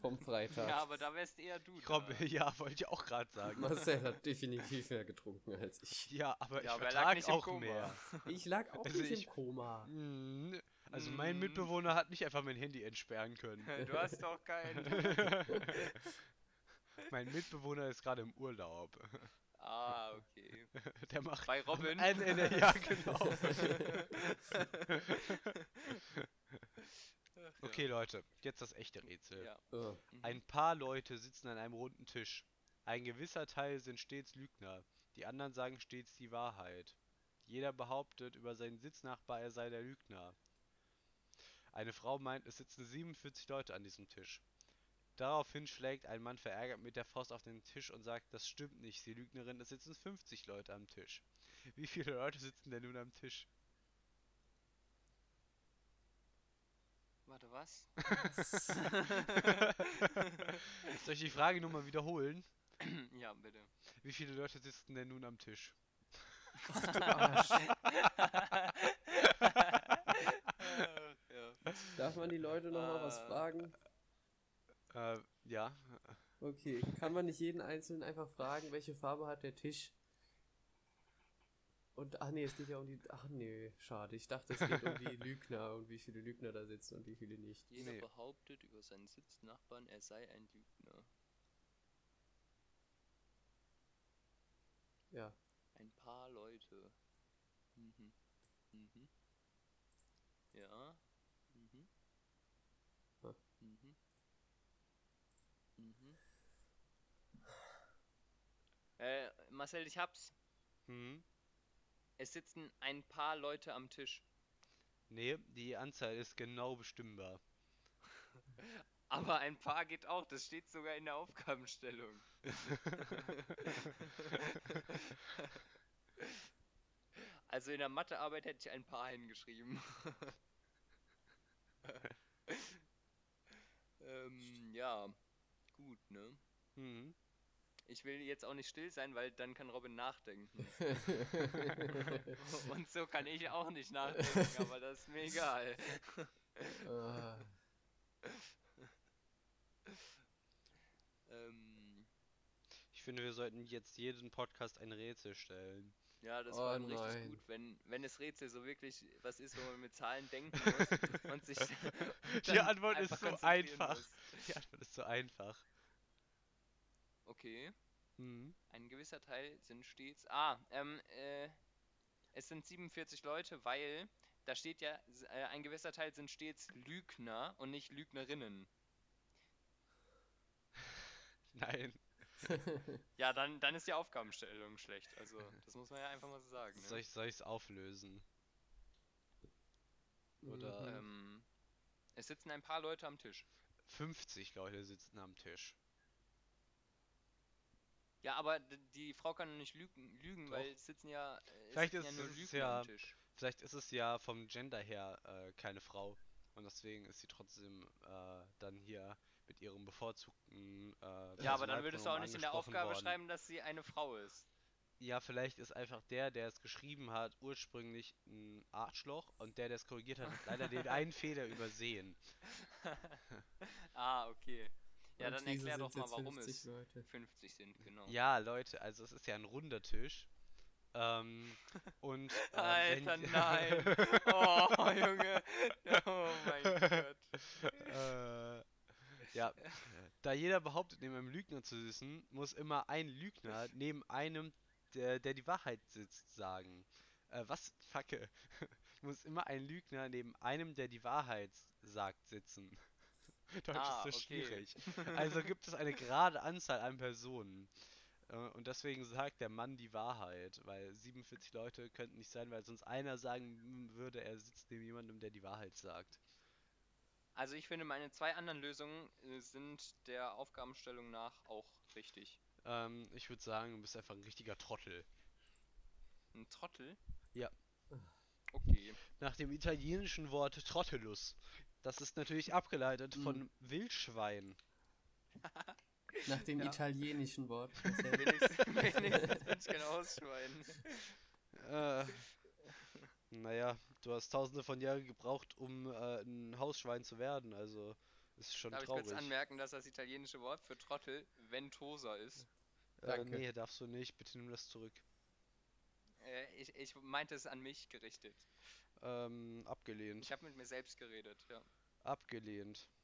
S3: Vom Freitag.
S2: ja, aber da wärst eher du.
S1: Ich Robbe,
S2: da.
S1: ja, wollte ich auch gerade sagen.
S3: Marcel hat definitiv mehr getrunken als ich.
S1: Ja, aber
S2: Ja,
S1: ich
S2: aber er lag
S1: vertrag
S2: nicht im
S1: auch
S2: Koma.
S1: mehr.
S3: Ich lag auch
S1: Also
S3: nicht
S1: ich-
S3: im Koma.
S1: Mm, Also mein
S2: Mm.
S1: Mitbewohner hat nicht einfach mein Handy entsperren können.
S2: Du hast doch keinen.
S1: mein Mitbewohner ist gerade im Urlaub.
S2: Ah, okay.
S1: Der macht
S2: Bei Robin.
S1: einen in der ja genau.
S2: Ach
S1: Okay, Leute, jetzt das echte Rätsel.
S2: Ja.
S3: Oh.
S1: Ein paar Leute sitzen an einem runden Tisch. Ein gewisser Teil sind stets Lügner. Die anderen sagen stets die Wahrheit. Jeder behauptet über seinen Sitznachbar, er sei der Lügner. Eine Frau meint, es sitzen 47 Leute an diesem Tisch. Daraufhin schlägt ein Mann verärgert mit der Faust auf den Tisch und sagt, das stimmt nicht, Sie Lügnerin, es sitzen 50 Leute am Tisch. Wie viele Leute sitzen denn nun am Tisch?
S2: Warte, was?
S1: Soll ich die Frage nochmal wiederholen?
S2: ja, bitte.
S1: Wie viele Leute sitzen denn nun am Tisch?
S2: ja.
S3: Darf man die Leute nochmal was
S2: Äh,
S3: fragen?
S1: Äh, ja.
S3: Okay, kann man nicht jeden Einzelnen einfach fragen, welche Farbe hat der Tisch? Und, ach nee, es geht ja um die, ach nee, schade. Ich dachte, es geht um die Lügner und wie viele Lügner da sitzen und wie viele nicht.
S2: Jeder
S1: Nee.
S2: behauptet über seinen Sitznachbarn, er sei ein Lügner.
S3: Ja,
S2: Ein paar Leute. Mhm. Mhm. Ja. Mhm.
S3: Hm.
S2: Mhm. Mhm. Äh, Marcel, ich hab's.
S1: Hm?
S2: Es sitzen ein paar Leute am Tisch.
S1: Nee, die Anzahl ist genau bestimmbar.
S2: Aber ein paar geht auch, das steht sogar in der Aufgabenstellung. Also in der Mathearbeit hätte ich ein paar hingeschrieben. ähm, ja, gut, ne?
S1: Hm?
S2: Ich will jetzt auch nicht still sein, weil dann kann Robin nachdenken. Und so kann ich auch nicht nachdenken, aber das ist mir egal.
S3: Ah,
S2: Ähm,
S1: Ich finde, wir sollten jetzt jeden Podcast ein Rätsel stellen.
S2: ja, das
S3: Oh
S2: war richtig
S3: nein.
S2: gut, wenn, wenn das Rätsel so wirklich was ist, wo man mit Zahlen denken muss und sich
S1: Die
S2: dann
S1: Antwort ist
S2: einfach
S1: so
S2: konzentrieren
S1: einfach.
S2: muss.
S1: Die Antwort ist so einfach.
S2: Okay.
S1: Hm?
S2: Ein gewisser Teil sind stets. Ah, ähm, äh, es sind 47 Leute, weil da steht ja, s- äh, ein gewisser Teil sind stets Lügner und nicht Lügnerinnen.
S1: Nein.
S2: Ja, dann, dann ist die Aufgabenstellung schlecht. Also, das muss man ja einfach mal so sagen.
S1: Soll
S2: Ne?
S1: ich es auflösen? Oder,
S3: mhm.
S2: Ähm, es sitzen ein paar Leute am Tisch.
S1: 50 Leute sitzen am Tisch.
S2: Ja, aber d- die Frau kann nicht lügen, lügen
S1: Doch.
S2: weil es sitzen ja, äh, es
S1: Vielleicht
S2: sitzen ja
S1: ist
S2: nur
S1: es
S2: Lügner
S1: ja-
S2: am Tisch.
S1: Vielleicht ist es ja vom Gender her äh, keine Frau. Und deswegen ist sie trotzdem äh, dann hier mit ihrem bevorzugten. Äh,
S2: Ja, aber dann würdest du auch
S1: Personalpronomen
S2: nicht in der
S1: angesprochen
S2: Aufgabe
S1: worden.
S2: schreiben, dass sie eine Frau ist.
S1: Ja, vielleicht ist einfach der, der es geschrieben hat, ursprünglich ein Arschloch und der, der es korrigiert hat, hat leider den einen Fehler übersehen.
S2: Ah, okay. Ja,
S3: Und
S2: dann
S3: wieso
S2: erklär doch
S3: sind's
S2: mal,
S3: jetzt
S2: warum
S3: 50
S2: es
S3: Leute?
S2: 50 sind, genau.
S1: Ja, Leute, also es ist ja ein runder Tisch. Ähm, und. ähm, wenn-
S2: Alter, nein. Oh, Junge. Oh mein Gott.
S1: äh, ja, da jeder behauptet, neben einem Lügner zu sitzen, muss immer ein Lügner neben einem, der, der die Wahrheit sitzt, sagen. Äh, was? Facke. muss immer ein Lügner neben einem, der die Wahrheit sagt, sitzen. Deutsch ist
S2: Ah,
S1: so
S2: okay.
S1: schwierig. Also gibt es eine gerade Anzahl an Personen. Äh, Und deswegen sagt der Mann die Wahrheit, weil 47 Leute könnten nicht sein, weil sonst einer sagen würde, er sitzt neben jemandem, der die Wahrheit sagt.
S2: Also ich finde, meine zwei anderen Lösungen äh, sind der Aufgabenstellung nach auch richtig.
S1: Ähm, ich würde sagen, du bist einfach ein richtiger Trottel.
S2: Ein Trottel?
S1: Ja.
S2: Okay.
S1: Nach dem italienischen Wort Trottelus. Das ist natürlich abgeleitet
S3: Mhm.
S1: von Wildschwein.
S3: Nach dem
S2: Ja.
S3: italienischen Wort. Marcel.
S2: Wenigstens, wenigstens bin ich kein Hausschwein.
S1: Äh, naja, du hast tausende von Jahren gebraucht, um äh, ein Hausschwein zu werden, also ist schon
S2: Darf ich
S1: traurig.
S2: kurz anmerken, dass das italienische Wort für Trottel Ventosa ist?
S1: äh,
S3: Danke.
S1: nee, darfst du nicht, bitte nimm das zurück.
S2: Äh, ich, ich meinte es an mich gerichtet.
S1: Ähm, abgelehnt.
S2: Ich habe mit mir selbst geredet, ja.
S1: Abgelehnt.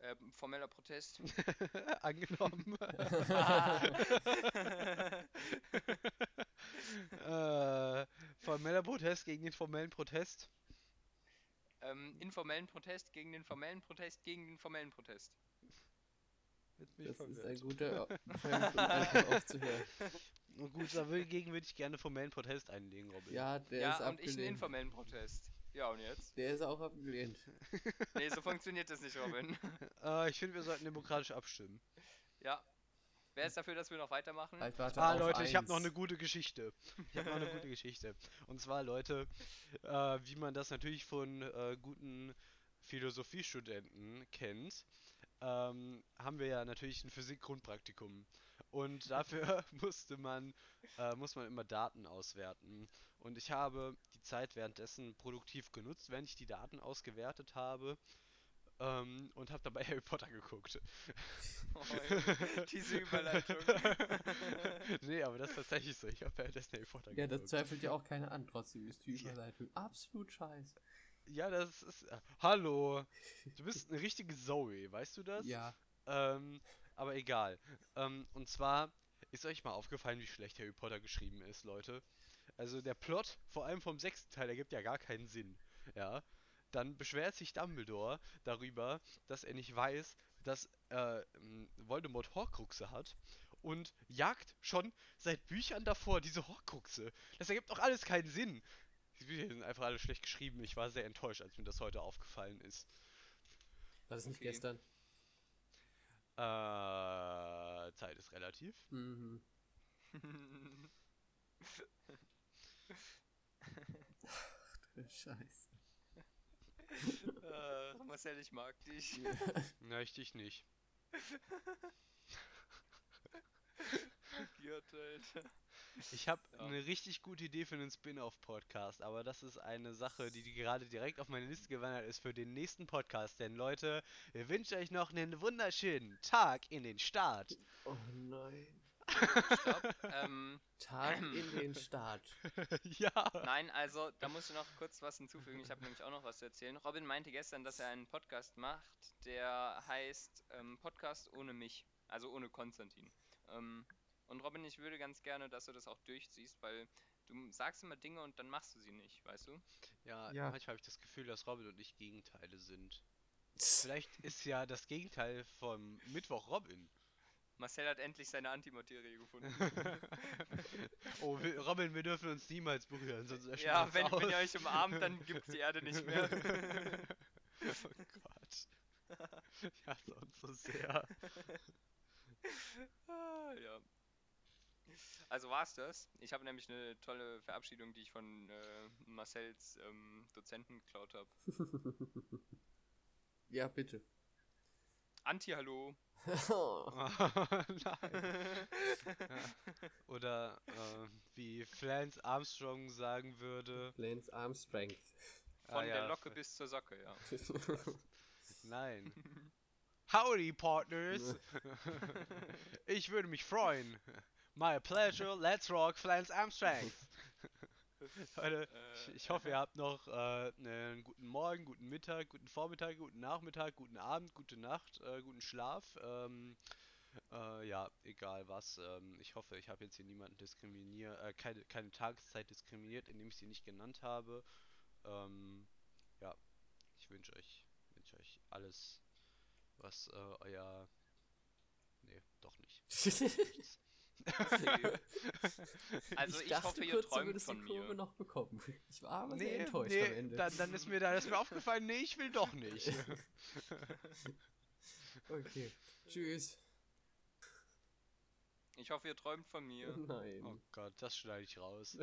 S2: Ähm, formeller Protest.
S1: Angenommen.
S2: Ah.
S1: äh, formeller Protest gegen den formellen Protest.
S2: ähm, informellen Protest gegen den formellen Protest gegen den formellen Protest.
S1: Jetzt bin ich
S3: Das ist
S1: verwirrt.
S3: ein guter Punkt, um einfach aufzuhören.
S1: Nun gut, dagegen würde ich gerne formellen Protest einlegen, Robin.
S3: Ja, der ist
S2: ja, und ich einen
S3: abgelehnt.
S2: informellen Protest. Ja, und jetzt?
S3: der ist auch abgelehnt.
S2: Hm. Nee, so funktioniert das nicht, Robin.
S1: Äh, ich finde, wir sollten demokratisch abstimmen.
S2: Ja. Wer ist dafür, dass wir noch weitermachen?
S3: Halt, warte
S1: Ah,
S3: auf
S1: Leute, ich habe
S3: eins.
S1: noch eine gute Geschichte. Ich habe noch eine gute Geschichte. Und zwar, Leute, äh, wie man das natürlich von äh, guten Philosophiestudenten kennt, ähm, haben wir ja natürlich ein Physik-Grundpraktikum. Und dafür musste man, äh, muss man immer Daten auswerten. Und ich habe die Zeit währenddessen produktiv genutzt, wenn ich die Daten ausgewertet habe. Ähm, und habe dabei Harry Potter geguckt.
S2: Oh, diese Überleitung.
S1: nee, aber das ist tatsächlich so. Ich habe ja das Harry Potter
S3: Ja, das
S1: geguckt.
S3: zweifelt ja auch keiner an. Trotzdem ist die
S1: Ja.
S3: Überleitung absolut scheiße.
S1: Ja, das ist. äh, Hallo! Du bist eine richtige Zoe, weißt du das?
S3: Ja,
S1: Ähm, aber egal. Ähm, und zwar ist euch mal aufgefallen, wie schlecht Harry Potter geschrieben ist, Leute. Also der Plot, vor allem vom sechsten Teil, ergibt ja gar keinen Sinn. Ja. Dann beschwert sich Dumbledore darüber, dass er nicht weiß, dass äh, m, Voldemort Horcruxe hat und jagt schon seit Büchern davor diese Horcruxe. Das ergibt doch alles keinen Sinn. Die Bücher sind einfach alle schlecht geschrieben. Ich war sehr enttäuscht, als mir das heute aufgefallen ist.
S3: war das nicht
S2: Okay.
S3: gestern?
S1: Äh, Zeit ist relativ.
S3: Mhm. Scheiße.
S2: äh, Marcel, ich mag dich.
S1: Na, ich dich nicht.
S2: Giert, Alter.
S1: Ich habe
S2: Ja.
S1: eine richtig gute Idee für einen Spin-off-Podcast, aber das ist eine Sache, die, die gerade direkt auf meine Liste gewandert ist für den nächsten Podcast. Denn Leute, wir wünschen euch noch einen wunderschönen Tag in den Start.
S3: Oh nein.
S2: Stopp. ähm,
S3: Tag in den Start.
S1: ja.
S2: nein, also, da muss ich noch kurz was hinzufügen. Ich habe nämlich auch noch was zu erzählen. Robin meinte gestern, dass er einen Podcast macht, der heißt ähm, Podcast ohne mich. Also ohne Konstantin. Ähm, und Robin, ich würde ganz gerne, dass du das auch durchziehst, weil du sagst immer Dinge und dann machst du sie nicht, weißt du?
S1: Ja,
S3: Ja.
S1: manchmal habe ich das Gefühl, dass Robin und ich Gegenteile sind. Vielleicht ist ja das Gegenteil vom Mittwoch Robin.
S2: Marcel hat endlich seine Antimaterie gefunden.
S1: oh, wir, Robin, wir dürfen uns niemals berühren, sonst löschen wir
S2: Ja,
S1: uns
S2: wenn,
S1: aus.
S2: wenn ihr euch umarmt, dann gibt's die Erde nicht mehr.
S1: oh Gott. Ich hasse uns so sehr.
S2: Ah, ja. Also war's das. Ich habe nämlich eine tolle Verabschiedung, die ich von äh, Marcells ähm, Dozenten geklaut habe.
S3: ja, bitte.
S2: Anti-Hallo.
S1: Oh, Nein. Oder äh, wie Flance Armstrong sagen würde.
S3: Lance Arm Strength. Ah,
S2: Von der
S1: ja,
S2: Locke
S1: f-
S2: bis zur Socke, ja.
S1: Nein. Howdy, Partners! ich würde mich freuen. My pleasure, let's rock, Flance Armstrong! Leute, Ich, ich hoffe, ihr habt noch äh, einen guten Morgen, guten Mittag, guten Vormittag, guten Nachmittag, guten Abend, gute Nacht, äh, guten Schlaf. Ähm, äh, ja, egal was. Ähm, ich hoffe, ich habe jetzt hier niemanden diskriminiert, äh, keine, keine Tageszeit diskriminiert, indem ich sie nicht genannt habe. Ähm, ja, ich wünsche euch, wünsche euch alles, was äh, euer. Nee, doch nicht.
S2: Also
S1: Nichts.
S2: Okay. Also ich, hoffe, ihr
S3: du
S2: träumt
S3: würdest
S2: von
S3: die Kurve
S2: mir.
S3: noch bekommen. Ich war aber sehr enttäuscht am Ende.
S1: Dann, dann ist mir da ist mir aufgefallen, nee, ich will doch nicht.
S3: okay. Tschüss.
S2: Ich hoffe, ihr träumt von mir.
S3: Nein.
S1: Oh Gott, das schneide ich raus.